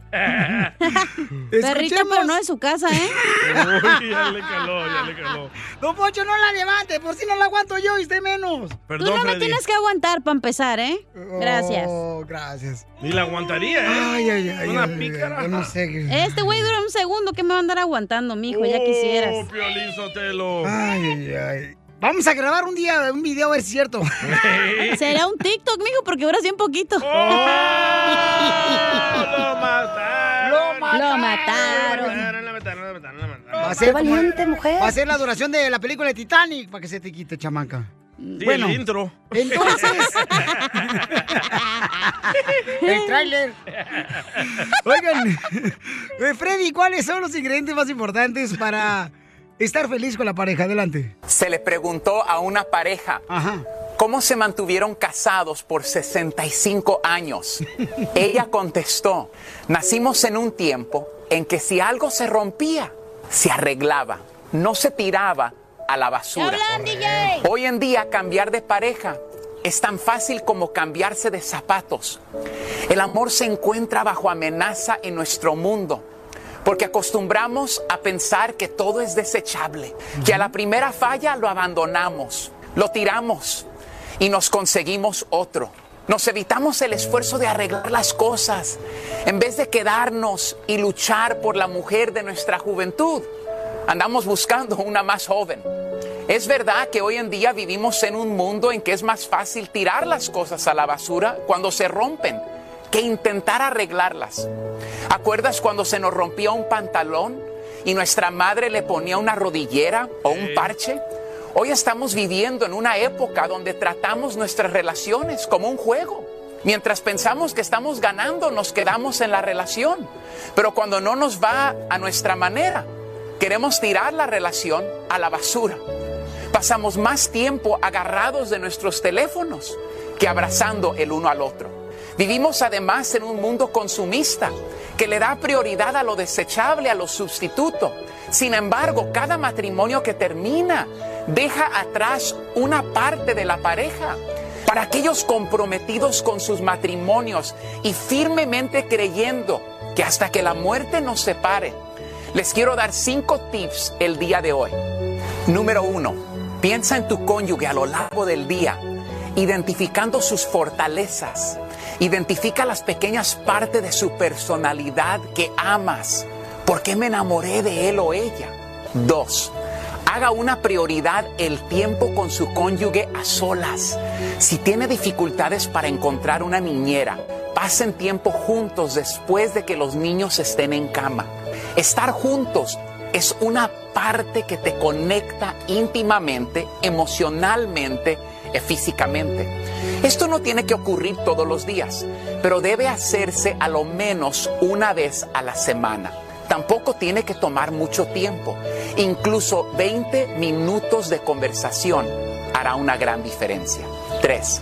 S10: Perrita, pero no en su casa, ¿eh?
S5: Uy, ya le caló, ya le caló.
S4: Don Poncho, no la levante, por si no la aguanto yo y usted menos.
S5: Perdón,
S10: Tú no me
S5: Freddy.
S10: tienes que aguantar para empezar, ¿eh? Gracias.
S4: Oh, gracias.
S5: Ni la aguantaría, ¿eh?
S4: Ay, ay, ay.
S5: Una
S4: ay,
S5: pícara.
S4: yo no sé qué.
S10: Este güey dura un segundo que me va a andar aguantando, mijo, Pues ya quisieras.
S5: Oh, Piolín Sotelo.
S4: Ay, ay, ay. Vamos a grabar un día un video a ver si es cierto.
S10: Eh, Será un TikTok, mijo, porque duras bien poquito.
S5: Lo mataron.
S4: Lo
S10: Lo
S5: La
S10: mataron.
S5: mataron, la mataron, la mataron.
S4: Va a ser como- Va a ser la duración de la película de Titanic para que se te quite, chamaca.
S5: Sí, el intro.
S4: Entonces. el tráiler. Oigan, eh, Freddy, ¿cuáles son los ingredientes más importantes para estar feliz con la pareja? Adelante.
S23: se le preguntó a una pareja cómo se mantuvieron casados por 65 años. Ella contestó, nacimos en un tiempo en que si algo se rompía, se arreglaba, no se tiraba a la basura. Hoy en día cambiar de pareja es tan fácil como cambiarse de zapatos. El amor se encuentra bajo amenaza en nuestro mundo. Porque acostumbramos a pensar que todo es desechable, que a la primera falla lo abandonamos, lo tiramos y nos conseguimos otro. Nos evitamos el esfuerzo de arreglar las cosas en vez de quedarnos y luchar por la mujer de nuestra juventud. Andamos buscando una más joven. Es verdad que hoy en día vivimos en un mundo en que es más fácil tirar las cosas a la basura cuando se rompen que intentar arreglarlas. ¿Acuerdas cuando se nos rompía un pantalón y nuestra madre le ponía una rodillera o un parche? Hoy estamos viviendo en una época donde tratamos nuestras relaciones como un juego. Mientras pensamos que estamos ganando, nos quedamos en la relación. Pero cuando no nos va a nuestra manera, queremos tirar la relación a la basura. Pasamos más tiempo agarrados de nuestros teléfonos que abrazando el uno al otro. Vivimos además en un mundo consumista que le da prioridad a lo desechable, a lo sustituto. Sin embargo, cada matrimonio que termina deja atrás una parte de la pareja. Para aquellos comprometidos con sus matrimonios y firmemente creyendo que hasta que la muerte nos separe, les quiero dar cinco tips el día de hoy. Número uno, piensa en tu cónyuge a lo largo del día, identificando sus fortalezas. Identifica las pequeñas partes de su personalidad que amas. ¿Por qué me enamoré de él o ella? Dos, haga una prioridad el tiempo con su cónyuge a solas. Si tiene dificultades para encontrar una niñera, pasen tiempo juntos después de que los niños estén en cama. Estar juntos es una parte que te conecta íntimamente, emocionalmente, eh, físicamente. Esto no tiene que ocurrir todos los días, pero debe hacerse a lo menos una vez a la semana. Tampoco tiene que tomar mucho tiempo. Incluso 20 minutos de conversación hará una gran diferencia. 3.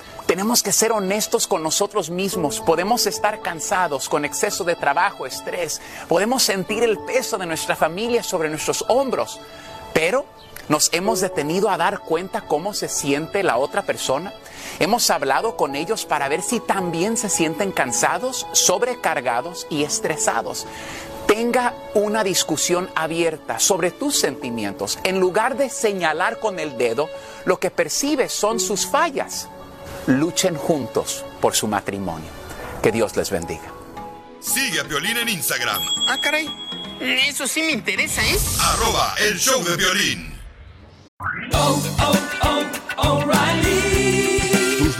S23: Tenemos que ser honestos con nosotros mismos. Podemos estar cansados con exceso de trabajo, estrés. Podemos sentir el peso de nuestra familia sobre nuestros hombros. Pero nos hemos detenido a dar cuenta cómo se siente la otra persona. Hemos hablado con ellos para ver si también se sienten cansados, sobrecargados y estresados. Tenga una discusión abierta sobre tus sentimientos. En lugar de señalar con el dedo, lo que percibes son sus fallas luchen juntos por su matrimonio. Que Dios les bendiga.
S8: Sigue a Violín en Instagram,
S21: Ah, caray. Eso sí me interesa, ¿eh?
S8: arroba el show de violín.
S7: O'Reilly.
S8: Tus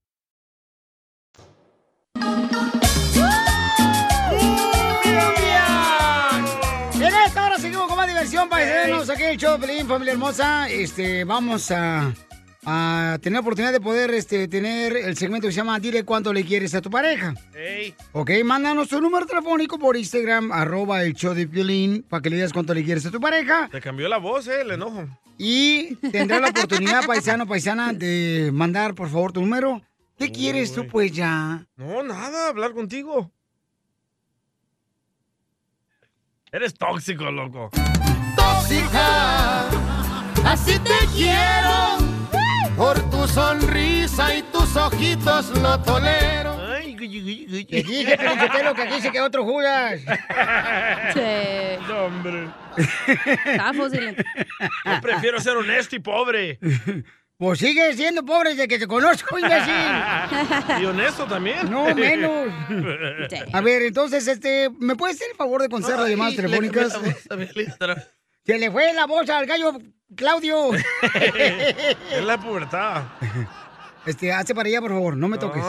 S4: En esta hora seguimos con más diversión, paisanos. Aquí en el show, de Pelín, familia hermosa. Este, vamos a, a tener la oportunidad de poder este, tener el segmento que se llama Dile cuánto le quieres a tu pareja.
S7: Hey.
S4: Ok, mándanos tu número telefónico por Instagram, arroba el show de Piolín, para que le digas cuánto le quieres a tu pareja.
S5: Te cambió la voz, eh, el enojo.
S4: Y tendrás la oportunidad, paisano, paisana, de mandar, por favor, tu número. ¿Qué quieres tú, pues, ya?
S5: No, nada, hablar contigo. Eres tóxico, loco.
S7: Tóxica, así te quiero. Por tu sonrisa y tus ojitos lo tolero.
S4: Te dije, Piolín Sotelo, que aquí se quedó otro Judas.
S10: Sí.
S5: No, hombre.
S10: Está fósil. Ah.
S5: Yo prefiero ser honesto y pobre.
S4: Pues sigue siendo pobre desde que te conozco, imbécil.
S5: Y honesto también.
S4: No, menos. A ver, entonces, este, ¿me puedes hacer el favor de contestar las llamadas telefónicas? Se le fue la voz al gallo Claudio.
S5: es la pubertad.
S4: Este, hazte para allá, por favor, no me toques.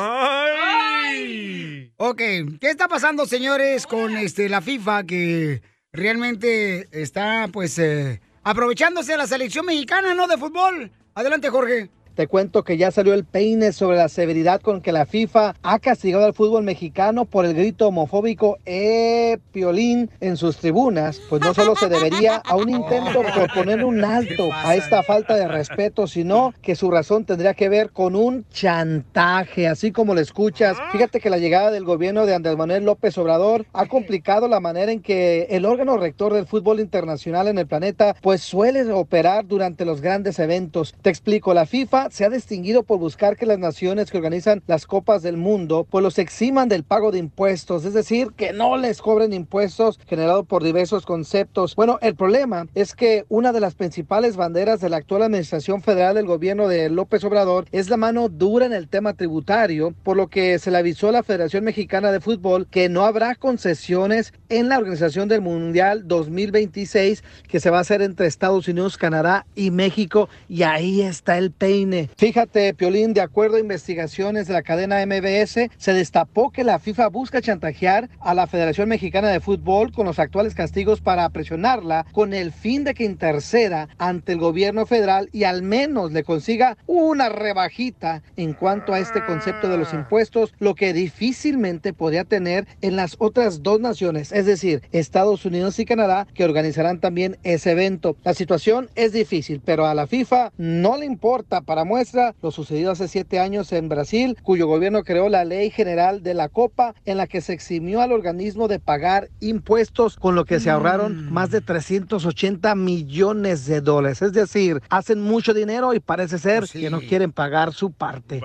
S4: Ok, ¿qué está pasando, señores, con este la FIFA que realmente está, pues, eh, aprovechándose de la selección mexicana, ¿no? De fútbol. Adelante, Jorge.
S9: Te cuento que ya salió el peine sobre la severidad con que la FIFA ha castigado al fútbol mexicano por el grito homofóbico eh, piolín en sus tribunas, pues no solo se debería a un intento por poner un alto a esta falta de respeto, sino que su razón tendría que ver con un chantaje, así como lo escuchas. Fíjate que la llegada del gobierno de Andrés Manuel López Obrador ha complicado la manera en que el órgano rector del fútbol internacional en el planeta pues suele operar durante los grandes eventos. Te explico, la FIFA FIFA se ha distinguido por buscar que las naciones que organizan las copas del mundo pues los eximan del pago de impuestos, es decir, que no les cobren impuestos generados por diversos conceptos. Bueno, el problema es que una de las principales banderas de la actual administración federal del gobierno de López Obrador es la mano dura en el tema tributario, por lo que se le avisó a la Federación Mexicana de Fútbol que no habrá concesiones en la organización del Mundial 2026 que se va a hacer entre Estados Unidos, Canadá y México y ahí está el peine INE. Fíjate, Piolín, de acuerdo a investigaciones de la cadena MBS, se destapó que la FIFA busca chantajear a la Federación Mexicana de Fútbol con los actuales castigos para presionarla con el fin de que interceda ante el gobierno federal y al menos le consiga una rebajita en cuanto a este concepto de los impuestos, lo que difícilmente podría tener en las otras dos naciones, es decir, Estados Unidos y Canadá, que organizarán también ese evento. La situación es difícil, pero a la FIFA no le importa para muestra lo sucedido hace siete años en Brasil, cuyo gobierno creó la ley general de la Copa en la que se eximió al organismo de pagar impuestos, con lo que se
S8: Mm.
S9: ahorraron más de 380 millones de dólares. Es decir, hacen mucho dinero y parece ser
S8: Pues
S9: que no quieren pagar su parte.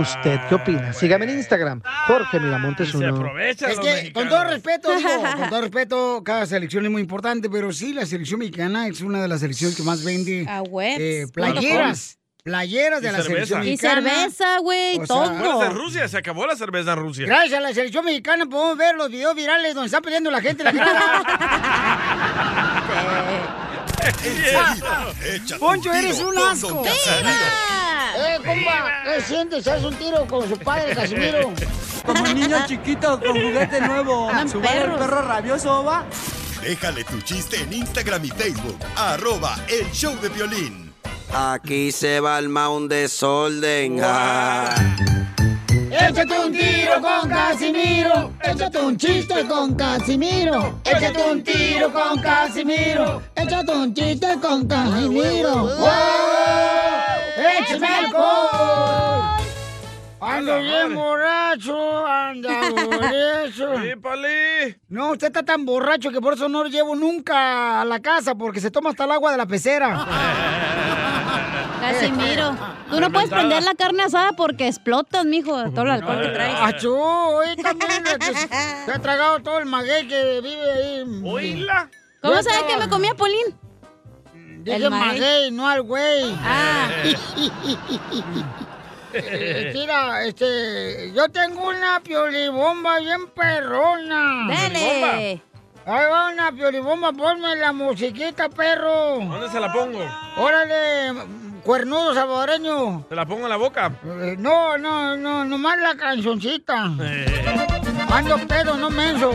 S9: ¿Usted qué opina? Sígame en Instagram, Jorge Miramontes uno.
S4: Es que, con todo respeto, digo, con todo respeto, cada selección es muy importante, pero sí, la selección mexicana es una de las selecciones que más vende
S10: A webs.
S4: eh, playeras. Playeras de
S5: Y
S4: la
S5: cerveza.
S4: selección
S5: Y
S4: mexicana.
S10: cerveza, güey,
S4: O sea,
S5: Bueno, es de Rusia, se acabó la cerveza en Rusia.
S4: Gracias a la selección mexicana podemos ver los videos virales donde está peleando la gente en la cara.
S7: Enseguida, échate
S4: Poncho,
S7: un
S4: eres
S7: tiro
S4: un
S7: con
S4: asco.
S7: Don Casimiro.
S4: ¡Eh, compa! ¿Qué sientes? ¿Haz un tiro con su padre, Casimiro?
S7: Como niño chiquito con juguete Este nuevo.
S4: Andan
S7: Subale el
S4: perros.
S7: perro rabioso va.
S8: Déjale tu chiste en Instagram y Facebook. Arroba el show de violín.
S3: Aquí se va el mound desorden. Ah.
S4: ¡Eh, Échate un tiro con Casimiro. Échate un chiste con Casimiro. Échate un tiro con Casimiro. Échate un chiste con Casimiro. ¡Wow! ¡Échame alcohol! Ando bien borracho, anda borracho. No, usted está tan borracho que por eso no lo llevo nunca a la casa porque se toma hasta el agua de la pecera.
S10: Casimiro, tú no puedes prender la carne asada porque explotas, mijo, de todo el alcohol que traes.
S4: Achú, hoy también le- te, te ha tragado todo el maguey que vive ahí.
S10: Oíla. ¿Cómo sabes que me comía Polín?
S4: Dije
S10: El
S4: maguey.
S10: maguey.
S4: no al güey.
S10: Ah.
S4: Eh, Mira, este, yo tengo una piolibomba bien perrona.
S5: Dale.
S4: Ahí va una piolibomba, ponme la musiquita, perro.
S5: ¿Dónde se la pongo?
S4: Órale, cuernudo salvadoreño.
S5: ¿Te la pongo en la boca?
S4: Eh, No, no, no, nomás la cancioncita.
S5: Eh.
S4: Ando pedo, no menso.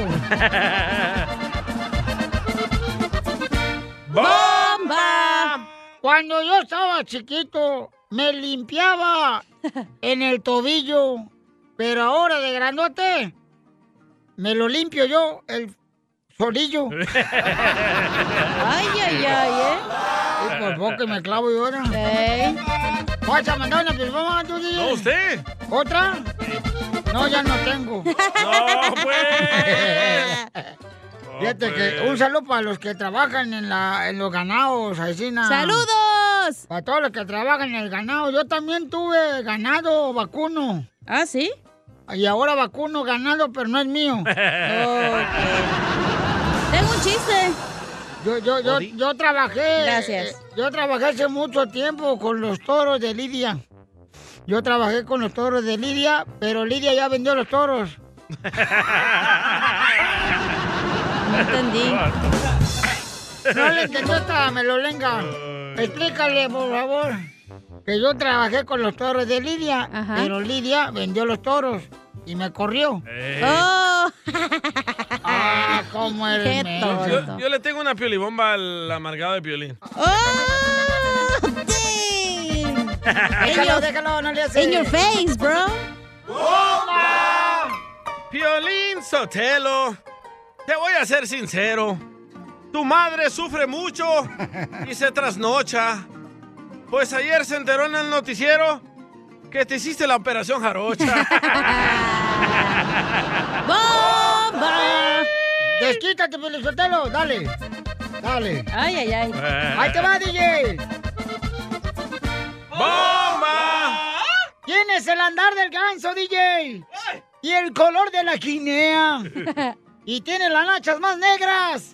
S4: ¡Bomba! Cuando yo estaba chiquito, me limpiaba en el tobillo, pero ahora de grandote, me lo limpio yo, el solillo.
S7: Ay,
S4: ay, ay, ¿eh? Y por poco que me clavo yo ahora. ¿Vas a mandar una pirboma tú, DJ?
S7: No,
S5: usted.
S4: ¿Otra? No, ya no tengo. ¡No, pues! Fíjate que un saludo para los que trabajan en, la, en los ganados, Aicina.
S10: ¡Saludos!
S4: Para todos los que trabajan en el ganado. Yo también tuve ganado vacuno.
S10: ¿Ah, sí?
S4: Y ahora vacuno ganado, pero no es mío.
S10: Tengo un chiste.
S4: Yo, yo, yo, yo trabajé.
S10: Gracias.
S4: eh, Yo trabajé hace mucho tiempo con los toros de Lidia. Yo trabajé con los toros de Lidia, pero Lidia ya vendió los toros. No entendí. No le entendí esta melolenga. Explícale, por favor. Que yo trabajé con los toros de Lidia, pero Lidia vendió los toros y me corrió.
S5: Eh.
S4: ¡Oh! ¡Ah, cómo eres!
S10: Qué
S4: menso.
S5: Yo, yo le tengo una piolibomba al amargado de piolín.
S7: ¡Oh!
S4: Déjalo, déjalo, no le haces.
S10: In your face, bro.
S5: Piolín Sotelo, te voy a ser sincero. Tu madre sufre mucho y se trasnocha. Pues ayer se enteró en el noticiero que te hiciste la operación jarocha.
S4: ¡Bomba! Desquítate, Pelizotelo, dale. Dale.
S10: Ay, ay, ay.
S4: Ahí te va, DJ.
S5: ¡Bomba!
S4: Tienes el andar del ganso, DJ. Y el color de la guinea. Y tienes las nachas más negras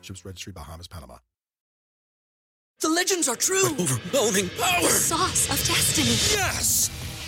S1: Ships Registry, Bahamas, Panama.
S3: The legends are true. overwhelming power! sauce of destiny. Yes!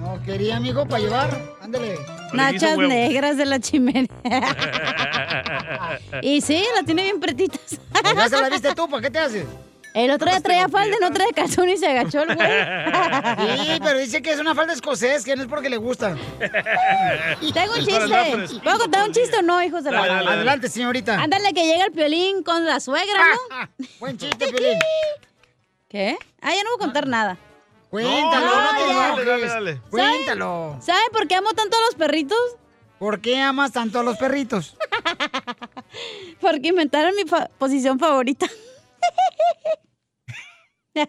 S4: No quería, amigo, para llevar. Ándale.
S10: Nachas negras de la chimenea. Y sí, la tiene bien pretitas.
S4: Pues Ya se la viste tú, ¿para qué te haces?
S10: El otro día traía falda, no traía calzón y se agachó el güey.
S4: Sí, pero dice que es una falda escocés, que no es porque le gusta.
S10: Tengo un chiste. ¿Puedo contar un chiste o no, hijos de la
S4: Dale,
S10: madre?
S4: dale, Adelante, dale. señorita.
S10: Ándale, que llega el piolín con la suegra,
S4: ¿no? Buen chiste, piolín.
S10: ¿Qué? Ah, ya no voy a contar nada.
S4: Cuéntalo, no, te
S10: ya.
S4: enojes. Cuéntalo.
S10: ¿Sabe por qué amo tanto a los perritos?
S4: ¿Por qué amas tanto a los perritos?
S10: Porque inventaron mi fa- posición favorita. What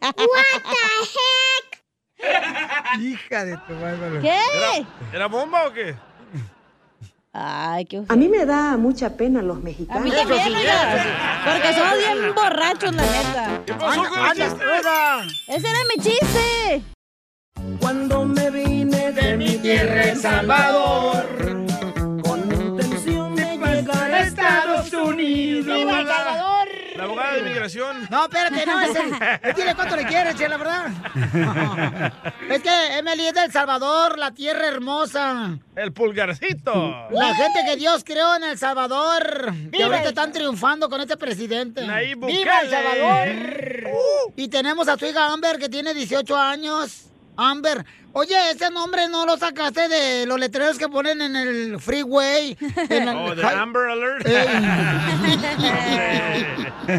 S4: Hija de tu bárbaro.
S10: ¿Qué?
S5: ¿Era, era bomba o qué?
S10: Ay, qué
S11: A mí me da mucha pena los mexicanos.
S10: A mí también, oiga, Porque somos bien borrachos, la neta. ¿Qué
S11: pasó con el chiste?
S10: ¡Ese era mi chiste!
S11: Cuando me vine de mi
S4: tierra, El Salvador,
S11: intención de
S4: llegar a Estados Unidos.
S5: ¡Viva El La abogada de inmigración.
S4: No, espérate, no, es el. es Dile cuánto le quieres, che, la verdad. Es que Emily es de El Salvador, la tierra hermosa.
S5: El pulgarcito.
S4: La gente que Dios creó en El Salvador. Que
S5: ¡Viva
S4: ahorita
S5: El-
S4: están triunfando con este presidente.
S5: Nayib
S4: ¡Viva El
S5: Bukele! Uh.
S4: Salvador! Y tenemos a tu hija Amber, que tiene 18 años. Amber. Oye, ese nombre no lo sacaste de los letreros que ponen en el freeway. en la-
S5: Oh, de Amber Alert.
S4: Ey.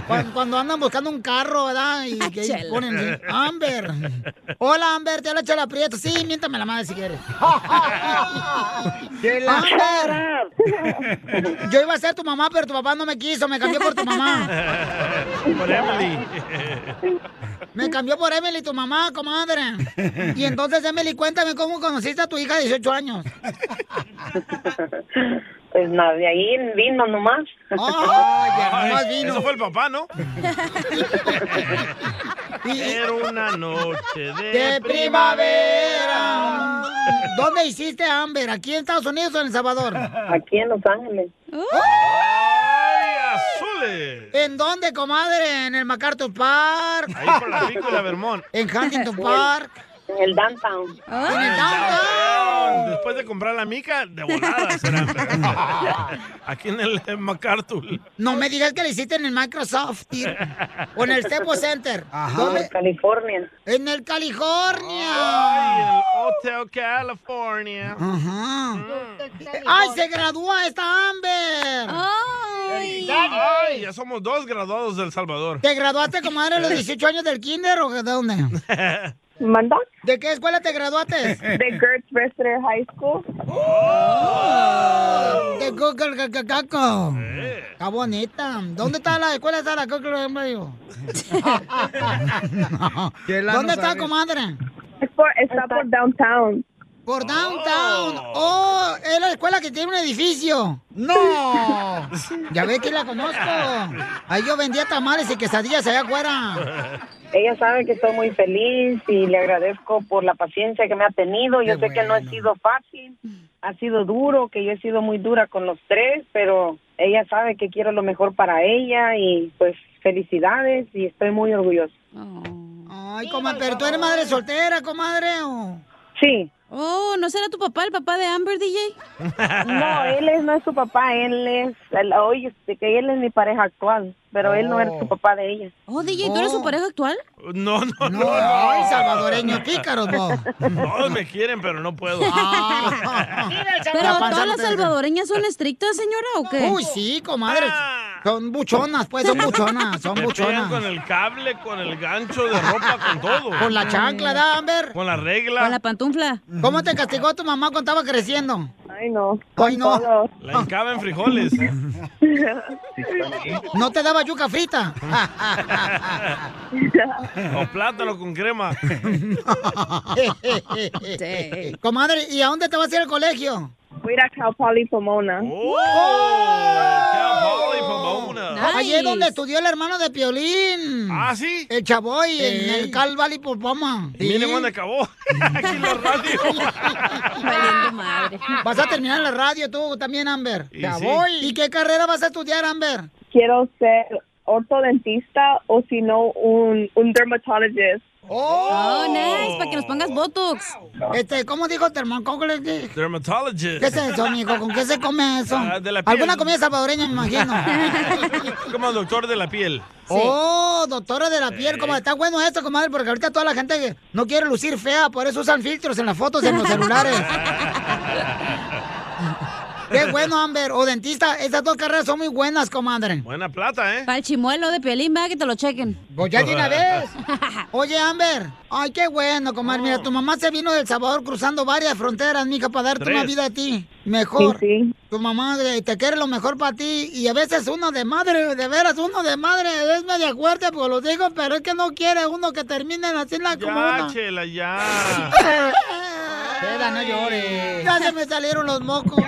S4: cuando, cuando andan buscando un carro, ¿verdad? Y que ahí
S5: Chela.
S4: ponen sí, Amber. Hola, Amber, te habla Chela Prieto. Sí, miéntame la madre si quieres. Amber. Yo iba a ser tu mamá, pero tu papá no me quiso. Me cambió por tu mamá.
S5: Por Emily.
S4: Me cambió por Emily, tu mamá, comadre. Y entonces, Emily, cuéntame cómo conociste a tu hija de 18 años.
S11: Pues nada, de ahí vino nomás.
S4: ya, nomás
S5: Ay,
S4: vino.
S5: Eso fue el papá, ¿no?
S4: Era
S5: una noche de,
S4: ¡De primavera! ¿Dónde hiciste a Amber? ¿Aquí en Estados Unidos o en El Salvador?
S11: Aquí en Los Ángeles.
S5: ¡Ay, azules!
S4: ¿En dónde, comadre? ¿En el MacArthur Park?
S5: Ahí por la película Vermont.
S4: ¿En Huntington Park?
S11: En el downtown.
S5: ¿Ah?
S4: ¿En el downtown?
S5: Después de comprar la mica, de volada será. Aquí en el en MacArthur.
S4: No me digas que lo hiciste en el Microsoft tío. o en el Staples Center. ¿Dónde?
S11: En California.
S4: En el California.
S5: Ay, el Hotel California. Mm.
S4: ¡Ay, se gradúa esta Amber!
S5: Ay, ya somos dos graduados del Salvador.
S4: ¿Te graduaste, comadre, a los 18 años del kinder o de dónde?
S11: ¿Manda?
S4: ¿De qué escuela te graduaste?
S11: De Gertz Wrestler High School.
S4: Oh,
S5: Oh.
S4: De Google ca- ca- Caco.
S5: Eh.
S4: Está bonita. ¿Dónde está la escuela? ¿Está la Google medio?
S5: Ah,
S4: ¿Dónde está, comadre?
S11: está por downtown.
S4: Por downtown. Oh. es la escuela que tiene un edificio. ¡No! ya ve que la conozco. Ahí yo vendía tamales y quesadillas allá afuera.
S11: Ella sabe que estoy muy feliz y le agradezco por la paciencia que me ha tenido. Yo sé que no ha sido fácil, ha sido duro, que yo he sido muy dura con los tres, pero ella sabe que quiero lo mejor para ella y pues felicidades y estoy muy orgullosa.
S10: Oh.
S4: Ay, comadre, pero tú eres madre soltera, comadre. ¿o?
S11: Sí.
S10: Oh, ¿no será tu papá el papá de Amber, DJ?
S11: No, él es, no es su papá, él es, él- oye, este, que él es mi pareja actual, pero él no es su papá de ella.
S10: Oh, DJ, ¿tú eres su pareja actual?
S5: No, no, no. no.
S4: Ay, salvadoreño, pícaros, vos.
S5: Todos me quieren, pero no puedo.
S10: ¿Pero
S4: Ah. panza no
S10: todas las
S4: te-
S10: salvadoreñas son estrictas, señora, o qué?
S4: Uy, sí, comadre. Son buchonas, pues, son buchonas, son
S5: Me Ah. pegan
S4: buchonas.
S5: con el cable, con el gancho de ropa, con todo.
S4: Con la chancla, ¿da, Amber?
S5: Con la regla.
S4: pantufla. ¿Cómo te castigó tu mamá cuando estaba creciendo?
S11: Ay, no.
S4: Ay, no.
S5: La encaba en frijoles.
S4: No te daba yuca frita.
S5: o plátano con crema.
S4: Comadre, ¿y a dónde te vas a ir al colegio? ¡Oh!
S11: Voy a ir a Cal Poly Pomona.
S5: ¡Oh!
S4: Allí es donde estudió el hermano de Piolín.
S5: Ah, sí.
S4: El Chavoy, en el Cal Valley pues, Popoma.
S5: Y miren dónde acabó. Aquí en la radio.
S4: madre. Vas a terminar en la radio tú también, Amber.
S11: Y
S4: Ya
S11: sí.
S4: voy. ¿Y qué carrera vas a estudiar, Amber?
S11: Quiero ser ortodentista o si no un, un dermatologist.
S4: Oh,
S10: nice, para que nos pongas botox.
S4: Este, ¿cómo dijo Thermococle?
S5: Dermatologist.
S4: ¿Qué es eso, amigo? ¿Con qué se come eso?
S5: Ah, de la piel.
S4: Alguna comida salvadoreña, me imagino.
S5: Como doctor de la piel.
S4: Oh, doctora de la piel, como está bueno esto, comadre, porque ahorita toda la gente no quiere lucir fea, por eso usan filtros en las fotos en los celulares. Qué bueno, Amber. O dentista, estas dos carreras son muy buenas, comadre.
S5: Buena plata, ¿eh?
S10: Para el chimuelo de Piolín, vea que te lo chequen.
S4: Pues ya de una vez. Oye, Amber. Ay, qué bueno, comadre.
S5: Oh.
S4: Mira, tu mamá se vino del Salvador cruzando varias fronteras, mija, para darte
S11: Tres.
S4: una vida a ti. Mejor.
S11: Sí, sí.
S4: Tu mamá eh, te quiere lo mejor para ti. Y a veces uno de madre, de veras, uno de madre es media fuerte, pues lo digo, pero es que no quiere uno que termine así la
S5: Ya,
S4: comuna.
S5: chela, ya.
S4: Seda, no llores.
S6: Ya se me salieron los mocos.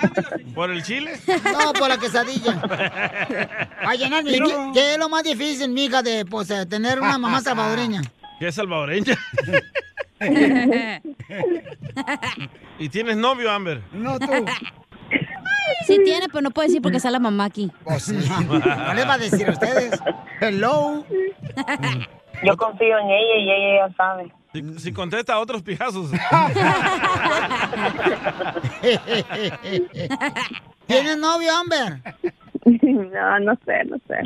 S5: ¿Por el chile?
S6: No, por la quesadilla. A llenar mi... ¿Qué, qué es lo más difícil, mija, de pues, eh, tener una mamá salvadoreña?
S5: ¿Qué es salvadoreña? ¿Y tienes novio, Amber?
S4: No, tú.
S10: Sí tiene, pero no puede decir porque está la mamá aquí.
S4: No les va a decir a ustedes. Hello.
S11: Yo confío en ella y ella ya sabe.
S5: Si, si contesta a otros pijazos.
S6: ¿Tienes novio, Amber?
S11: No, no sé, no sé.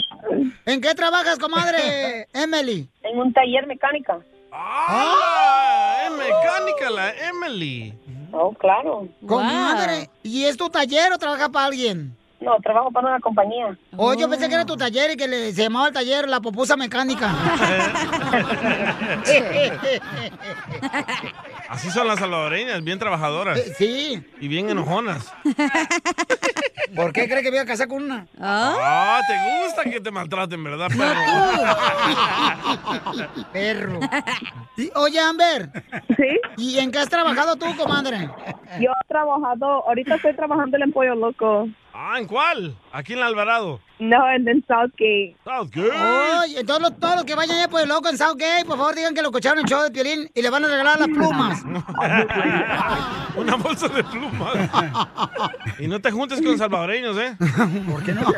S6: ¿En qué trabajas, comadre Emily?
S11: En un taller mecánica.
S5: ¡Ah! Es mecánica la Emily.
S11: Oh, claro.
S6: Comadre, ¿y es tu taller o trabajas para alguien?
S11: No, trabajo para una compañía.
S6: Oh, yo pensé que era tu taller y que le, se llamaba el taller La Popusa Mecánica.
S5: Así son las salvadoreñas, bien trabajadoras.
S4: Eh,
S6: sí.
S5: Y bien enojonas.
S4: ¿Por qué cree que voy a casar con una?
S5: Ah, te gusta que te maltraten, ¿verdad, perro?
S6: Perro. Sí, Oye, Amber.
S11: Sí.
S6: ¿Y en qué has trabajado tú, comadre?
S11: Yo he trabajado, ahorita estoy trabajando en Pollo Loco.
S5: Ah, ¿en cuál? Aquí en Alvarado.
S11: No, en, en Southgate.
S5: Southgate.
S6: Oye, todos los, todos los que vayan allá por el loco en Southgate, por favor digan que lo escucharon en el show de Piolín y le van a regalar las plumas.
S5: Una bolsa de plumas. y no te juntes con salvadoreños, ¿eh?
S6: ¿Por qué no?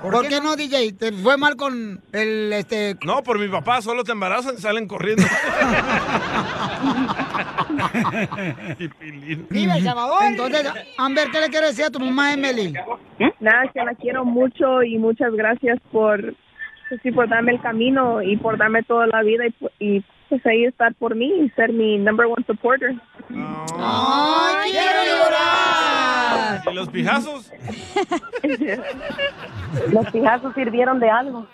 S6: ¿Por, qué, no, DJ? ¿Te fue mal con el, este...
S5: No, por mi papá, solo te embarazan y salen corriendo. Y Pilín.
S6: ¡Viva El Salvador! Entonces, Amber, ¿qué le quieres decir a tu mamá, Emily?
S11: ¿Eh? Nada, que la quiero mucho y muchas gracias por, pues sí, por darme el camino y por darme toda la vida y, pu- y pues ahí estar por mí y ser mi number one supporter.
S6: ¡Ay, quiero llorar!
S5: ¿Y los pijazos?
S11: Los pijazos sirvieron de algo.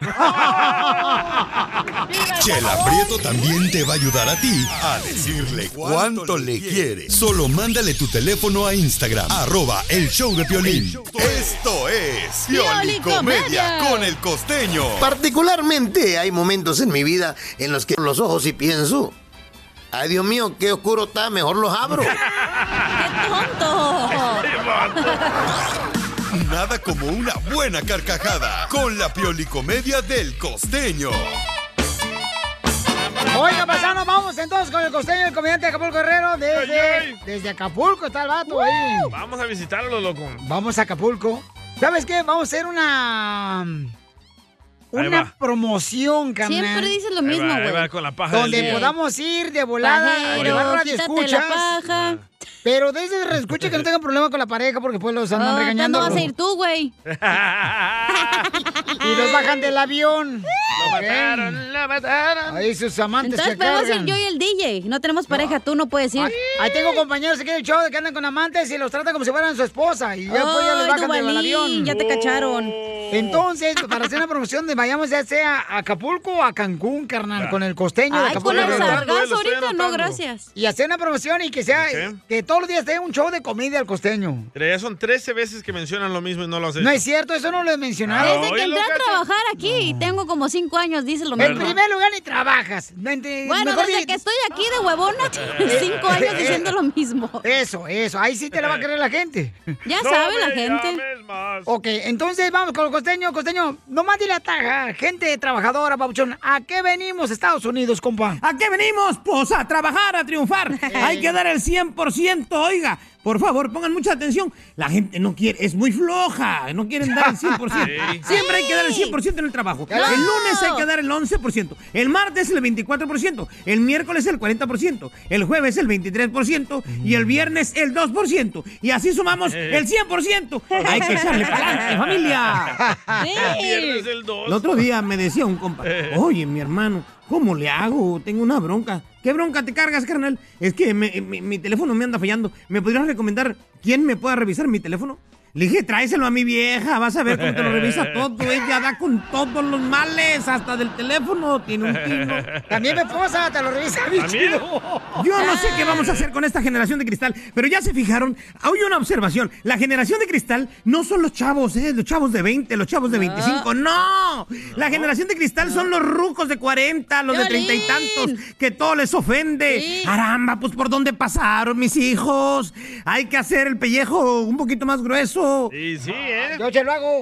S8: Chela Prieto también te va a ayudar a ti a decirle cuánto le quiere. Solo mándale tu teléfono a Instagram, arroba el show de Piolín. Esto es Piolicomedia con el costeño.
S15: Particularmente hay momentos en mi vida en los que los ojos y pienso, ay Dios mío, qué oscuro está, mejor los abro.
S8: Nada como una buena carcajada con la Piolicomedia del costeño.
S4: Oiga, pasando, vamos entonces con el costeño, el comediante de Acapulco Herrero, desde, desde Acapulco está el vato ahí.
S5: Uh, Vamos a visitarlo, loco.
S4: Vamos a Acapulco. ¿Sabes qué? Vamos a hacer una... Una
S5: va.
S4: promoción, carnal.
S10: Siempre dices lo
S5: Ahí
S10: mismo,
S5: va, ahí
S10: güey.
S5: va con la paja del
S4: Donde
S5: día.
S4: podamos ir de volada,
S10: Pajero,
S4: llevar radio
S10: quítate
S4: escuchas.
S10: la paja.
S4: Pero desde escucha que no tengan problema con la pareja porque pues los andan
S10: Ah,
S4: regañando.
S10: ¿Cuándo vas a ir tú, güey?
S4: Y los bajan del avión.
S5: Lo
S10: mataron,
S5: lo mataron.
S4: Ahí sus amantes
S10: Entonces
S4: se
S10: podemos ir
S4: cargan.
S10: yo y el DJ. No tenemos pareja, tú no puedes ir.
S4: Ahí, ahí tengo compañeros aquí en el show que andan con amantes y los tratan como si fueran su esposa. Y ya pues ya les
S10: Ay,
S4: bajan del
S10: Duvalín,
S4: avión.
S10: ya te cacharon.
S4: Entonces, pues, para hacer una promoción de vayamos ya sea a Acapulco o a Cancún, carnal, con el costeño de
S10: Ay,
S4: Acapulco.
S10: con el
S4: Guerrero.
S10: sargazo ahorita, no, gracias.
S4: Y hacer una promoción y que sea que todos los días tenga un show de comedia al costeño.
S5: Mira, ya son 13 veces que mencionan lo mismo y no lo hacen. Ah,
S4: No es cierto, eso no lo he mencionado.
S10: Desde que entré a trabajar aquí, tengo como cinco años, dice lo
S4: En
S10: mismo.
S4: primer lugar ni trabajas. Mente-
S10: Bueno,
S4: mejor
S10: desde
S4: di-
S10: que estoy aquí de huevona, cinco años diciendo lo mismo.
S4: Eso, eso. Ahí sí te la va a querer la gente.
S10: Ya No sabe la me gente. llames
S4: Ok, entonces vamos con el costeño. Costeño, nomás dile a Taja, gente trabajadora, Pauchón. ¿A qué venimos, Estados Unidos, compa?
S13: ¿A qué venimos? Pues a trabajar, a triunfar. Hay que dar el 100%, oiga. Por favor, pongan mucha atención. La gente no quiere, es muy floja. No quieren dar el 100%.
S7: Sí.
S13: Siempre hay que dar el 100% en el trabajo.
S7: No.
S13: El lunes hay que dar el 11%. El martes el 24%. El miércoles el 40%. El jueves el 23%. Y el viernes el 2%. Y así sumamos el 100%. Hay que echarle para adelante, familia.
S7: Pierdes el
S13: El otro día me decía un compa, oye, mi hermano, ¿cómo le hago? Tengo una bronca. ¿Qué bronca te cargas, carnal? Es que me- mi- mi teléfono me anda fallando. ¿Me podrías recomendar quién me pueda revisar mi teléfono? Le dije, tráeselo a mi vieja, vas a ver cómo te lo revisa todo. Ella da con todos los males, hasta del teléfono, tiene un tino.
S7: También mi esposa te lo revisa bien
S13: ¿También?
S7: chido.
S13: Yo no sé qué vamos a hacer con esta generación de cristal, pero ya se fijaron, hay una observación. La generación de cristal no son los chavos, ¿eh? los chavos de 20, los chavos de 25, no. La generación de cristal son los rucos de 40, los de 30 y tantos, que todo les ofende. Caramba, pues por dónde pasaron mis hijos. Hay que hacer el pellejo un poquito más grueso.
S5: Y sí, ¿eh?
S7: Yo ya lo hago.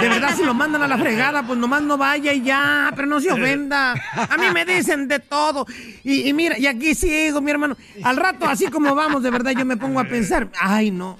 S13: De verdad, si lo mandan a la fregada, pues nomás no vaya y ya, pero no se ofenda. A mí me dicen de todo. Y, y mira, y aquí sigo, mi hermano. Al rato, así como vamos, de verdad, yo me pongo a pensar, ay, no.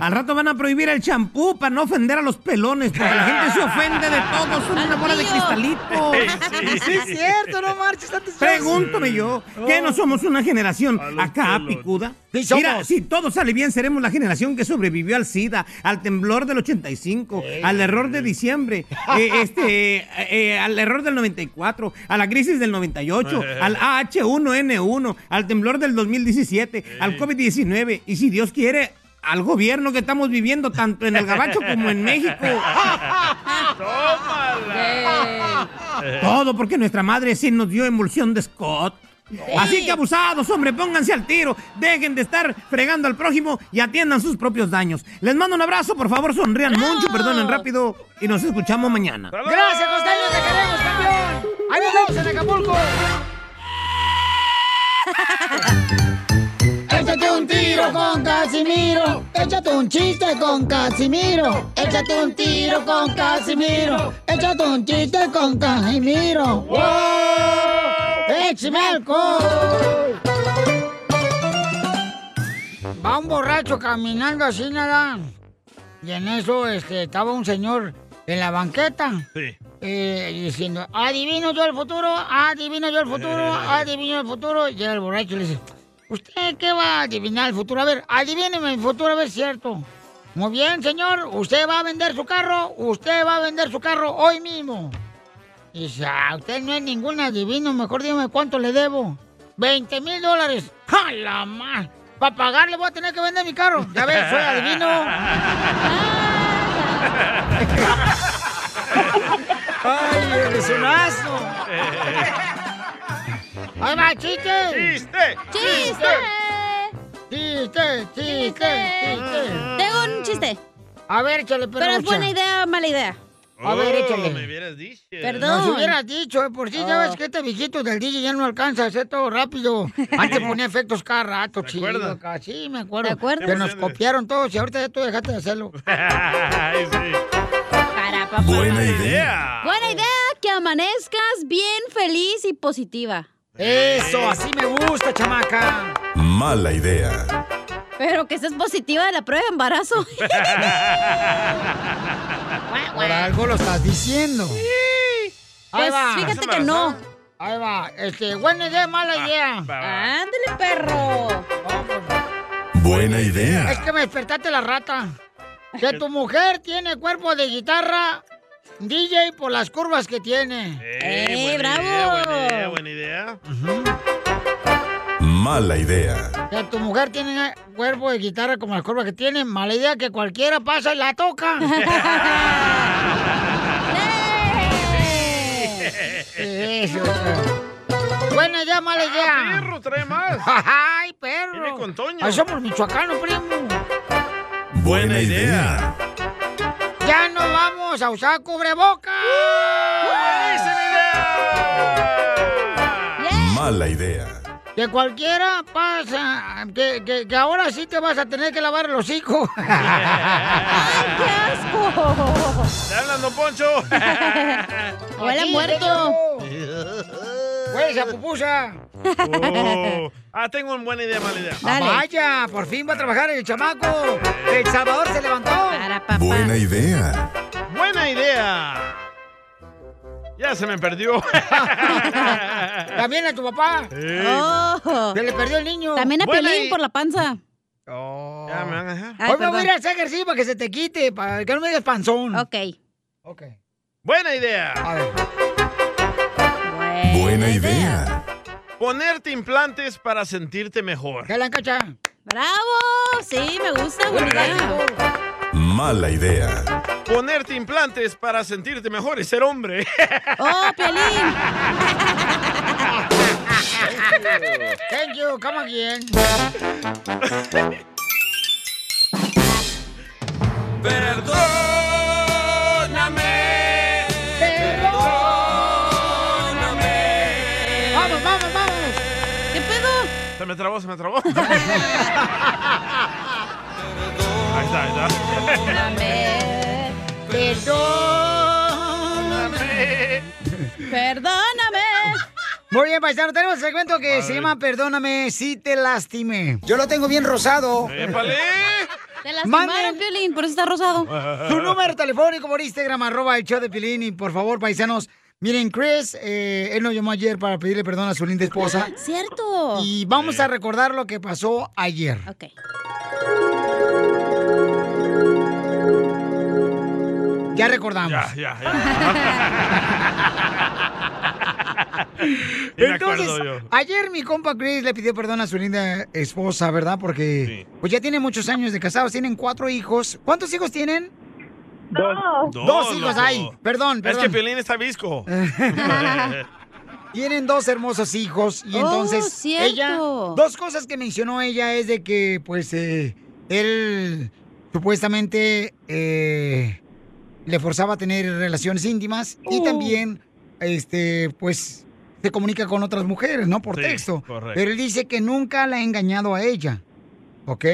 S13: Al rato van a prohibir el champú para no ofender a los pelones, porque la gente se ofende de todo, son una bola de cristalitos.
S7: Sí, es cierto, no marches antes.
S13: Pregúntame yo, ¿qué no somos una generación acá
S7: pelones.
S13: picuda?
S7: Sí, somos.
S13: Mira, si todo sale bien, seremos la generación que sobrevivió al SIDA, al temblor del 85, al error de diciembre, eh, este, eh, eh, al error del 94, a la crisis del 98, al H1N1, al temblor del 2017, al COVID-19 y si Dios quiere, al gobierno que estamos viviendo tanto en el Gabacho como en México. Todo porque nuestra madre sí nos dio emulsión de Scott. Así que abusados, hombre, pónganse al tiro, dejen de estar fregando al prójimo y atiendan sus propios daños. Les mando un abrazo, por favor, sonrían mucho, perdonen rápido y nos escuchamos mañana.
S7: Gracias, Costeño, te queremos, campeón. Ahí nos vemos en Acapulco.
S4: Échate un tiro con Casimiro. Échate un chiste con Casimiro. Échate un tiro con Casimiro. Échate un chiste con Casimiro. ¡Wow! ¡Échame alcohol! Va un borracho caminando así nada. Y en eso este, estaba un señor en la banqueta.
S5: Sí.
S4: eh, diciendo, adivino yo el futuro, adivino yo el futuro, adivino el futuro. Y llega el borracho y le dice, ¿usted qué va a adivinar el futuro? A ver, adivíneme el futuro, a ver si es cierto. Muy bien, señor, usted va a vender su carro, usted va a vender su carro hoy mismo. Y dice, ah, usted no es ningún adivino, mejor dígame cuánto le debo. 20 mil dólares. ¡Ja, la más! Para pagarle voy a tener que vender mi carro. Ya ves, soy adivino. ¡Ay, eres un asno! ¡Ahí va, chiste!
S5: ¡Chiste!
S4: ¡Chiste! ¡Chiste, chiste, chiste!
S10: Tengo un chiste.
S4: A ver, échale, pero...
S10: Pero es buena idea o mala idea.
S4: A ver, échale.
S5: Oh, Me hubieras dicho.
S10: Perdón.
S4: Nos hubieras dicho, eh, por si
S10: Oh.
S4: sabes que este viejito del DJ ya no alcanza a hacer todo rápido. Antes ponía efectos cada rato, chido.
S5: acuerdas?
S4: acá. Sí, me acuerdo.
S10: ¿Te acuerdas?
S4: Que nos copiaron todos y ahorita ya tú dejaste de hacerlo.
S5: Ay, sí.
S4: Buena
S5: idea.
S10: Buena idea que amanezcas bien feliz y positiva.
S7: Eso, así me gusta, chamaca.
S8: Mala idea.
S10: Pero que estés positiva de la prueba de embarazo.
S4: Por algo lo estás diciendo. Ahí
S10: Pues,
S4: va.
S10: fíjate que no.
S4: Ahí va. Este, buena idea, mala idea.
S10: Ándale, perro.
S8: Buena idea.
S4: Es que me despertaste la rata. Que tu mujer tiene cuerpo de guitarra, DJ por las curvas que tiene.
S5: ¡Eh, bravo! buena idea, buena idea.
S8: Mala idea.
S4: Que tu mujer tiene cuerpo de guitarra como las curvas que tiene. Mala idea que cualquiera pasa y la toca. Eso. Buena idea, mala idea.
S5: Ah, Perro, trae más.
S4: Ay, perro.
S5: Viene con Toño.
S4: Ay, somos michoacanos, primo.
S8: Buena idea.
S4: Ya no vamos a usar cubrebocas.
S5: ¡Uh!
S8: Mala idea.
S4: Que cualquiera pasa, que, que- que ahora sí te vas a tener que lavar los hijos.
S5: ¡Ay,
S4: qué asco!
S5: Te hablan, don Poncho.
S4: ¡Huele
S10: a muerto.
S4: ¡Huele a pupusa!
S5: Oh. Ah, tengo una buena idea, mala idea.
S7: Vaya, por fin va a trabajar el chamaco. El Salvador se levantó.
S8: Buena idea.
S5: Buena idea. Ya se me perdió.
S4: También a tu papá.
S10: Oh.
S4: Se le perdió el niño.
S10: También a
S4: Buena
S10: Piolín
S4: i-
S10: por la panza.
S5: Ya me van a dejar.
S10: Ay,
S4: Hoy me voy a ir a
S10: perdón.
S4: hacer ejercicio para que se te quite, para que no me digas panzón.
S10: Ok.
S4: Ok.
S5: Buena idea.
S4: A ver.
S8: Buena idea.
S5: Ponerte implantes para sentirte mejor.
S4: ¿Qué la encacha?
S10: ¡Bravo! Sí, me gusta. buena idea.
S24: Mala idea.
S5: Ponerte implantes para sentirte mejor y ser hombre.
S10: ¡Oh, Piolín!
S4: Thank you, come again.
S7: Perdóname. Perdóname.
S4: Vamos, vamos, vamos.
S10: ¿Qué pedo?
S5: Se me trabó, se me trabó. Ahí está, ahí está.
S10: Perdóname.
S4: Perdóname.
S10: Perdóname.
S4: Muy bien, paisano, tenemos el segmento que se llama Perdóname si te lastimé. Yo lo tengo bien rosado.
S10: Te lastimaron,
S4: Manden-
S10: Piolín, por eso está rosado.
S4: Tu número telefónico por Instagram, arroba el show de Pilín. Y por favor, paisanos, miren, Chris, eh, él nos llamó ayer para pedirle perdón a su linda esposa.
S10: Cierto.
S4: Y vamos a recordar lo que pasó ayer.
S10: Ok.
S4: Ya recordamos.
S5: Ya, ya, ya. Y me acuerdo
S4: Entonces,
S5: yo.
S4: ayer mi compa Chris le pidió perdón a su linda esposa, ¿verdad? Porque pues ya tiene muchos años de casados, tienen cuatro hijos. ¿Cuántos hijos tienen? Dos. Dos, hijos
S5: loco.
S4: hay. Perdón,
S5: Es
S4: perdón.
S5: que Piolín está visco.
S4: Tienen dos hermosos hijos y
S10: Oh,
S4: entonces
S10: cierto.
S4: ella dos cosas que mencionó ella es de que pues eh, él supuestamente eh, le forzaba a tener relaciones íntimas y
S10: Oh.
S4: también este pues se comunica con otras mujeres, ¿no? Por
S10: Sí,
S4: texto.
S10: correcto.
S4: Pero él dice que nunca la ha engañado a ella. ¿Ok?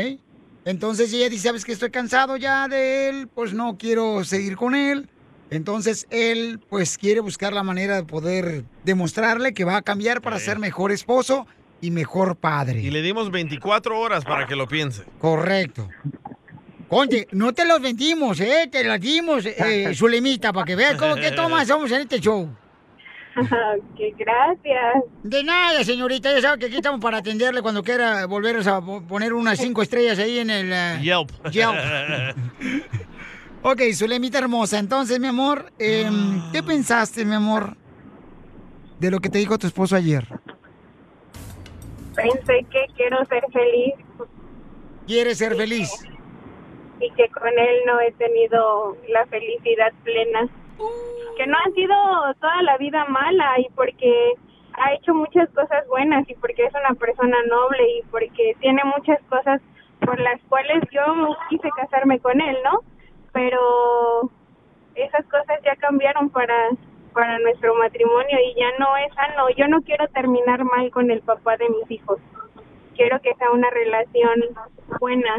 S4: Entonces ella dice, ¿sabes que estoy cansado ya de él? Pues no quiero seguir con él. Entonces él pues quiere buscar la manera de poder demostrarle que va a cambiar para ser mejor esposo y mejor padre.
S5: Y le dimos 24 horas para que lo piense.
S4: Correcto. Conte, no te los vendimos, ¿eh? Te las dimos, eh, Zulemita, para que veas cómo que tomas somos en este show.
S17: que gracias.
S4: De nada, señorita. Ya sabe que aquí estamos para atenderle cuando quiera volver a po- poner unas cinco estrellas ahí en el... eh,
S5: Yelp.
S4: Yelp. Ok, Zulemita hermosa. Entonces, mi amor, em, ¿qué pensaste, mi amor, de lo que te dijo tu esposo ayer?
S17: Pensé que quiero ser feliz
S4: ¿Quieres ser feliz?
S17: y que con él no he tenido la felicidad plena. Que no ha sido toda la vida mala y porque ha hecho muchas cosas buenas y porque es una persona noble y porque tiene muchas cosas por las cuales yo quise casarme con él, ¿no? Pero esas cosas ya cambiaron para para nuestro matrimonio y ya no es sano. Yo no quiero terminar mal con el papá de mis hijos. Quiero que sea una relación buena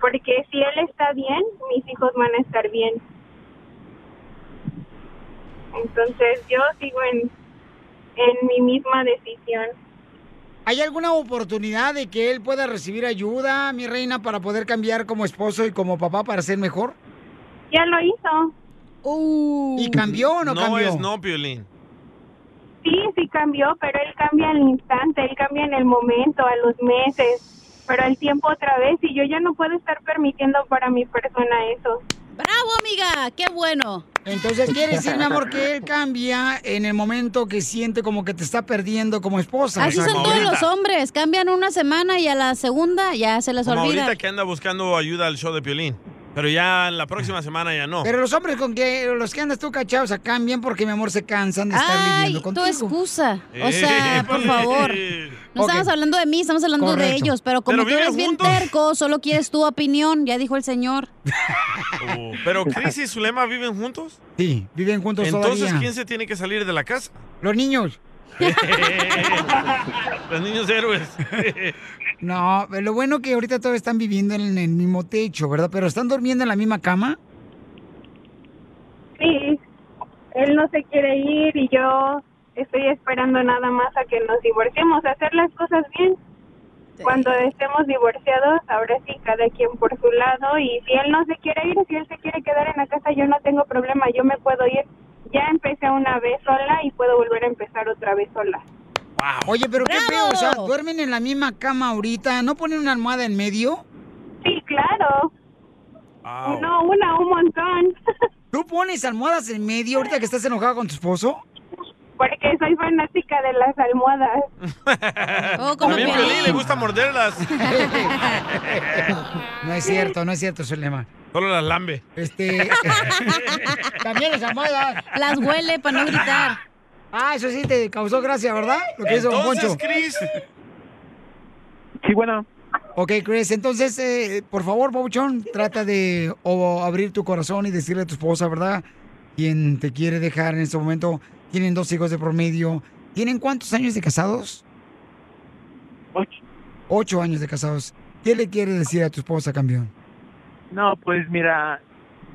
S17: porque si él está bien, mis hijos van a estar bien. Entonces yo sigo en, en mi misma decisión.
S4: ¿Hay alguna oportunidad de que él pueda recibir ayuda, mi reina, para poder cambiar como esposo y como papá para ser mejor?
S17: Ya lo hizo.
S4: ¿Y cambió o no,
S5: No
S4: cambió?
S5: es no, Piolín.
S17: Sí, sí cambió, pero él cambia al instante, él cambia en el momento, a los meses, pero al tiempo otra vez y yo ya no puedo estar permitiendo para mi persona eso.
S10: ¡Bravo, amiga! ¡Qué bueno!
S4: Entonces quiere decir, mi amor, que él cambia en el momento que siente como que te está perdiendo como esposa.
S10: Así son todos los hombres. Cambian una semana y a la segunda ya se les
S5: Como
S10: olvida.
S5: ahorita que anda buscando ayuda al show de Piolín. Pero ya la próxima semana ya no.
S4: Pero los hombres con que los que andas tú cachados acá cambian porque mi amor se cansan de estar viviendo contigo.
S10: Tu excusa. O sea, por favor. No
S4: Ok.
S10: estamos hablando de mí, estamos hablando de
S4: Correcto.
S10: ellos. Pero como
S4: Pero
S10: tú
S4: viven
S10: eres bien
S4: juntos.
S10: terco, solo quieres tu opinión, ya dijo el señor.
S5: Oh, Pero Chris y Zulema viven juntos.
S4: Sí, viven juntos
S5: Entonces,
S4: todavía.
S5: ¿quién se tiene que salir de la casa?
S4: Los niños.
S5: Los niños héroes.
S4: No, lo bueno que ahorita todos están viviendo en el mismo techo, ¿verdad? Pero están durmiendo en la misma cama.
S17: Sí, él no se quiere ir y yo estoy esperando nada más a que nos divorciemos, a hacer las cosas bien. Cuando estemos divorciados, ahora sí, cada quien por su lado. Y si él no se quiere ir, si él se quiere quedar en la casa, yo no tengo problema, yo me puedo ir. Ya empecé una vez sola y puedo volver a empezar otra vez sola.
S4: Oye, pero qué
S17: ¡Bravo!
S4: peor, o sea, duermen en la misma cama ahorita, ¿no ponen una almohada en medio?
S17: Sí, claro. No, una, un montón.
S4: ¿Tú pones almohadas en medio ahorita que estás enojada con tu esposo?
S17: Porque soy fanática de las almohadas.
S10: Oh,
S4: como
S5: También
S4: Piolín.
S5: Piolín le gusta morderlas.
S4: No es cierto, no es cierto, Zulema.
S5: Solo las lambe.
S4: Este.
S6: También las almohadas.
S10: Las huele para no gritar.
S4: Ah, eso sí te causó gracia, ¿verdad? Lo que hizo Don Poncho.
S5: Entonces, Chris,
S4: Sí, bueno. Ok, Chris, entonces, eh, por favor, Pabuchón, trata de o abrir tu corazón y decirle a tu esposa, ¿verdad? Quien te quiere dejar en este momento. Tienen dos hijos de promedio. ¿Tienen cuántos años de casados? Ocho. Ocho años de casados. ¿Qué le quiere decir a tu esposa, campeón?
S12: No, pues mira,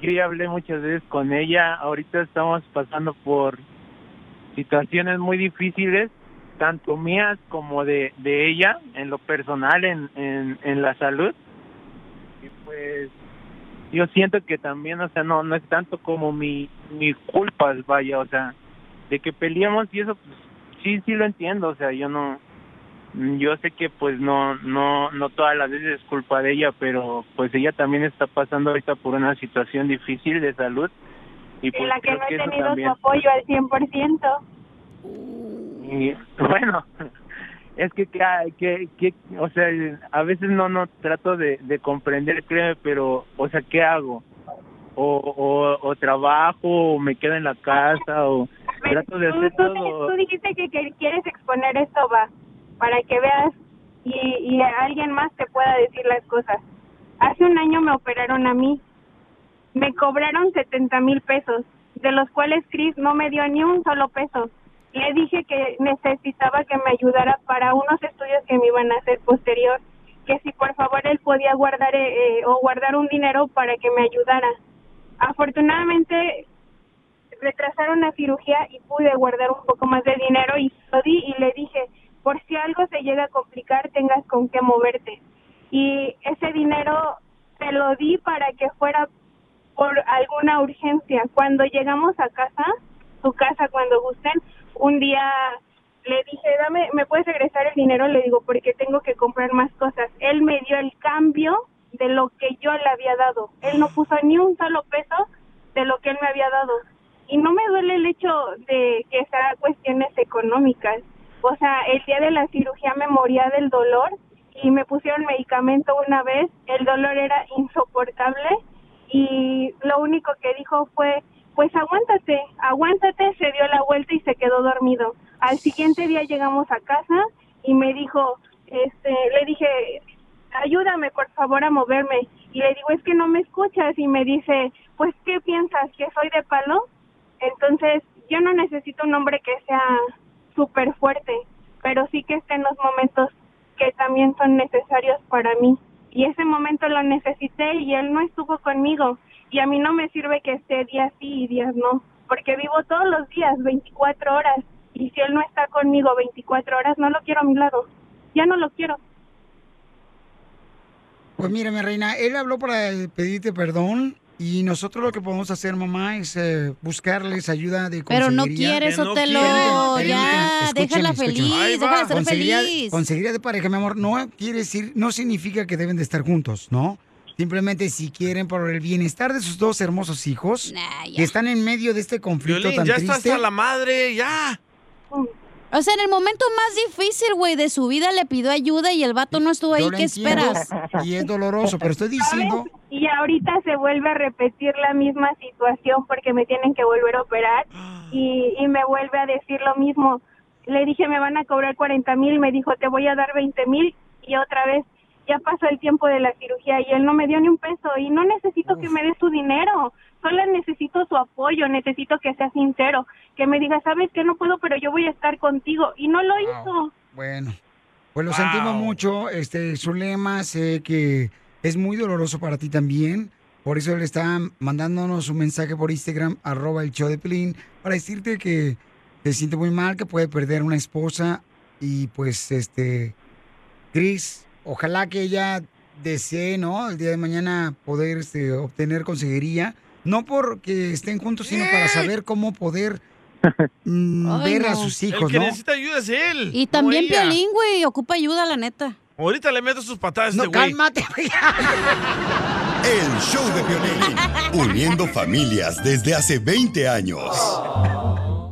S12: yo ya hablé muchas veces con ella. Ahorita estamos pasando por situaciones muy difíciles, tanto mías como de, de ella, en lo personal, en, en, en la salud. Y pues yo siento que también, o sea, no, no es tanto como mi, mi culpa, vaya, o sea, de que peleamos y eso, pues sí, sí lo entiendo, o sea, yo no, yo sé que pues no no no todas las veces es culpa de ella pero pues ella también está pasando ahorita por una situación difícil de salud y pues
S17: en la que
S12: creo
S17: no he
S12: eso
S17: tenido
S12: también
S17: su apoyo al 100%.
S12: y bueno es que, ca- que, que o sea a veces no no trato de, de comprender créeme pero o sea qué hago o, o, o trabajo o me quedo en la casa o trato de
S17: Tú,
S22: hacer
S17: tú te-
S22: todo.
S17: tú dijiste que, que quieres exponer esto, va, para que veas y, y alguien más te pueda decir las cosas. Hace un año me operaron a mí. Me cobraron 70 mil pesos, de los cuales Chris no me dio ni un solo peso. Le dije que necesitaba que me ayudara para unos estudios que me iban a hacer posterior, que si por favor él podía guardar eh, eh, o guardar un dinero para que me ayudara. Afortunadamente retrasaron la cirugía y pude guardar un poco más de dinero y lo di y le dije, por si algo se llega a complicar, tengas con qué moverte. Y ese dinero te lo di para que fuera por alguna urgencia. Cuando llegamos a casa, su casa cuando gusten, un día le dije, dame, ¿me puedes regresar el dinero? Le digo, porque tengo que comprar más cosas. Él me dio el cambio de lo que yo le había dado. Él no puso ni un solo peso de lo que él me había dado. Y no me duele el hecho de que sea cuestiones económicas. O sea, el día de la cirugía me moría del dolor y me pusieron medicamento una vez. El dolor era insoportable y lo único que dijo fue, pues aguántate, aguántate, se dio la vuelta y se quedó dormido. Al siguiente día llegamos a casa y me dijo, este, le dije, ayúdame por favor a moverme. Y le digo, es que no me escuchas. Y me dice, pues, ¿qué piensas? ¿Que soy de palo? Entonces, yo no necesito un hombre que sea súper fuerte, pero sí que esté en los momentos que también son necesarios para mí. Y ese momento lo necesité y él no estuvo conmigo. Y a mí no me sirve que esté días sí y días no, porque vivo todos los días, 24 horas. Y si él no está conmigo 24 horas, no lo quiero a mi lado. Ya no lo quiero.
S4: Pues mira, mi reina, él habló para eh, pedirte perdón y nosotros lo que podemos hacer, mamá, es eh, buscarles ayuda de consejería.
S10: Pero no quieres,
S4: Que no
S10: Sotelo,
S4: quieren.
S10: ya,
S4: Permíteme,
S10: déjala
S4: escúcheme,
S10: feliz,
S4: escúcheme.
S10: Ahí va. déjala ser
S4: Consejería-
S10: feliz.
S4: Consejería de pareja, mi amor, no quiere decir, no significa que deben de estar juntos, ¿no? Simplemente si quieren por el bienestar de sus dos hermosos hijos que están en medio de este conflicto
S5: Piolín,
S4: tan
S5: ya
S4: triste.
S5: está hasta la madre, ya.
S10: O sea, en el momento más difícil, güey, de su vida le pidió ayuda Pues, y el vato no estuvo ahí.
S4: Yo lo
S10: ¿Qué
S4: entiendo,
S10: esperas?
S4: Y es doloroso, pero estoy diciendo
S17: Y ahorita se vuelve a repetir la misma situación porque me tienen que volver a operar y, y me vuelve a decir lo mismo. Le dije, me van a cobrar 40 mil, me dijo, te voy a dar 20 mil y otra vez ya pasó el tiempo de la cirugía y él no me dio ni un peso y no necesito que me des tu dinero, solo necesito tu apoyo, necesito que seas sincero, que me digas, sabes que no puedo, pero yo voy a estar contigo y no lo hizo.
S4: Bueno, pues lo sentimos mucho. Este, Zulema, sé que es muy doloroso para ti también. Por eso le está mandándonos un mensaje por Instagram, arroba el show de Pelín, para decirte que se siente muy mal, que puede perder una esposa. Y pues, este, Cris, ojalá que ella desee, ¿no? El día de mañana poder este, obtener consejería. No porque estén juntos, sino para saber cómo poder mm,
S10: ¡Eh! Ay,
S4: ver a
S10: no.
S4: sus
S5: El
S4: hijos,
S5: que
S4: ¿no?
S5: necesita ayuda es él.
S10: Y
S5: no
S10: también
S5: ella.
S10: Piolín, güey, ocupa ayuda, la neta.
S5: Ahorita le meto sus patadas a
S10: No,
S5: este güey.
S10: cálmate,
S8: El show de Piolín, uniendo familias desde hace 20 años.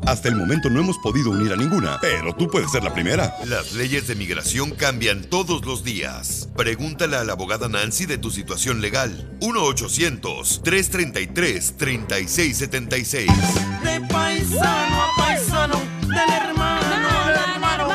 S25: Hasta el momento no hemos podido unir a ninguna, pero tú puedes ser la primera.
S8: Las leyes de migración cambian todos los días. Pregúntale a la abogada Nancy de tu situación legal.
S7: De
S8: 1-800-333-3676.
S7: paisano a paisano, del hermano al hermano.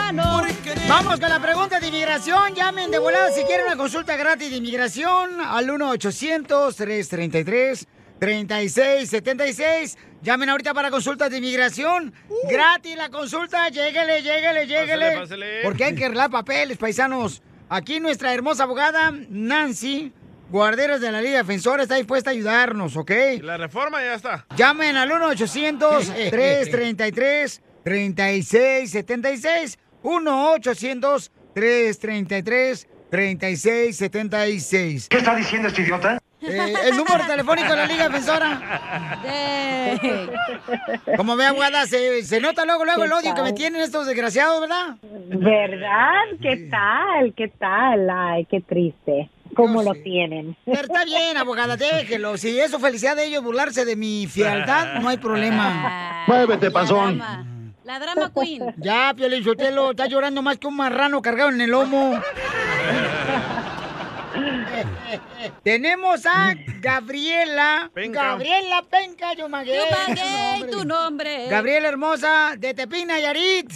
S4: Vamos con la pregunta de inmigración. Llamen de volada si quieren una consulta gratis de inmigración al 1-800-333-3676. Llamen ahorita para consultas de inmigración. Gratis la consulta. Lléguele, lléguele, lléguele.
S5: Pásale, pásale.
S4: Porque hay que arreglar papeles, paisanos. Aquí nuestra hermosa abogada, Nancy, guarderas de la Liga Defensora, está dispuesta a ayudarnos, ¿ok?
S5: La reforma ya está.
S4: Llamen al 1-800-333-3676. 1-800-333-3676. ¿Qué está diciendo este idiota? el número telefónico de la Liga Defensora. Como ve, abogada, se, se nota luego, luego el
S26: ¿Qué
S4: odio que
S26: tal?
S4: me tienen estos desgraciados, ¿verdad?
S26: ¿Verdad? ¿Qué tal? ¿Qué tal? Ay, qué triste. ¿Cómo lo tienen?
S4: Pero está bien, abogada, déjelo. Si es su felicidad de ellos burlarse de mi fialdad, no hay problema.
S27: Muévete, panzón.
S4: La drama queen. Ya, Piolín Sotelo, está llorando más que un marrano cargado en el lomo. Tenemos a Gabriela. Gabriela Penca, yo magué.
S28: Yo magué
S4: tu nombre. Gabriela hermosa, de Tepina, Yarit.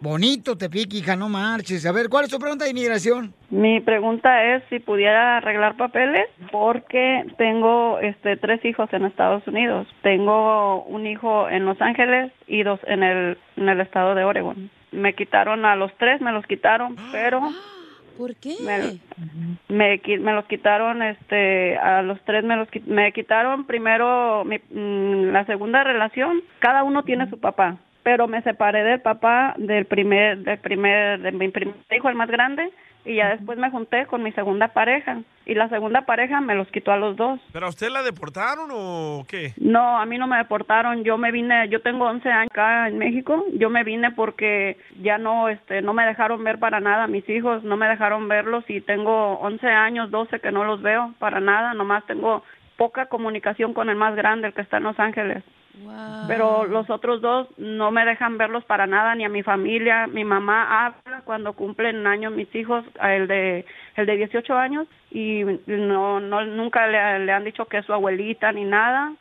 S4: Bonito Tepic, hija, no marches. A ver, ¿cuál es tu pregunta de inmigración?
S26: Mi pregunta es si pudiera arreglar papeles porque tengo este tres hijos en Estados Unidos. Tengo un hijo en Los Ángeles y dos en el en el estado de Oregon. Me quitaron a los tres, me los quitaron, pero
S28: ¿Por qué?
S26: me, me, qui- me los quitaron este a los tres me los qui- me quitaron primero mi- mm, la segunda relación cada uno tiene su papá pero me separé del papá del primer del primer de mi primer hijo el más grande y ya después me junté con mi segunda pareja y la segunda pareja me los quitó a los dos
S5: ¿Pero a usted la deportaron o qué?
S26: no, a mí no me deportaron. Yo me vine, yo tengo 11 años acá en México. Yo me vine porque ya no, este, no me dejaron ver para nada a mis hijos, no me dejaron verlos y tengo 11 años, 12 que no los veo para nada. Nomás tengo poca comunicación con el más grande, el que está en Los Ángeles. Pero los otros dos no me dejan verlos para nada, ni a mi familia. Mi mamá habla cuando cumplen años mis hijos, a el de, el de 18 años, y no, no, nunca le, le han dicho que es su abuelita ni nada.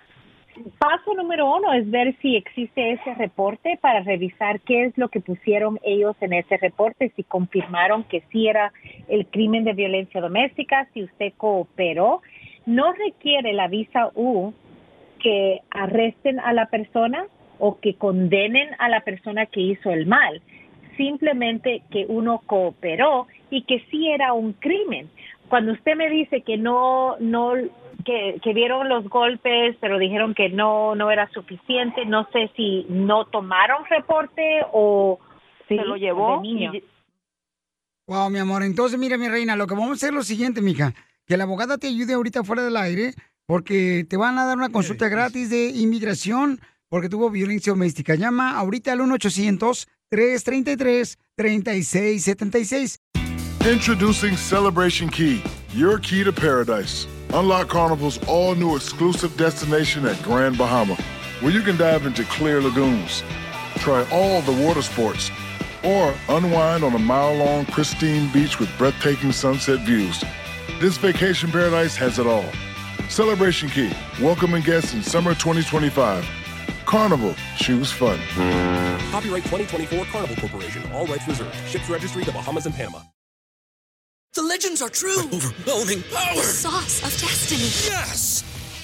S26: Paso número uno es ver si existe ese reporte para revisar qué es lo que pusieron ellos en ese reporte, si confirmaron que sí era el crimen de violencia doméstica, si usted cooperó. No requiere la visa U que arresten a la persona o que condenen a la persona que hizo el mal, simplemente que uno cooperó y que sí era un crimen. Cuando usted me dice que no, no, que, que vieron los golpes, pero dijeron que no, no era suficiente, no sé si no tomaron reporte o se lo llevó. de niño.
S4: Wow, mi amor. Entonces, mira, mi reina, lo que vamos a hacer es lo siguiente, mija. Que la abogada te ayude ahorita fuera del aire, porque te van a dar una consulta gratis de inmigración, porque tuvo violencia doméstica. Llama ahorita al 1-800-333-3676.
S1: Introducing Celebration Key, your key to paradise. Unlock Carnival's all new exclusive destination at Grand Bahama, where you can dive into clear lagoons, try all the water sports, or unwind on a mile long, pristine beach with breathtaking sunset views. This vacation paradise has it all. Celebration Key, welcoming guests in summer 2025. Carnival, choose fun.
S2: Copyright 2024 Carnival Corporation. All rights reserved. Ships registry: The Bahamas and Panama.
S3: The legends are true. overwhelming power. sauce of destiny. Yes.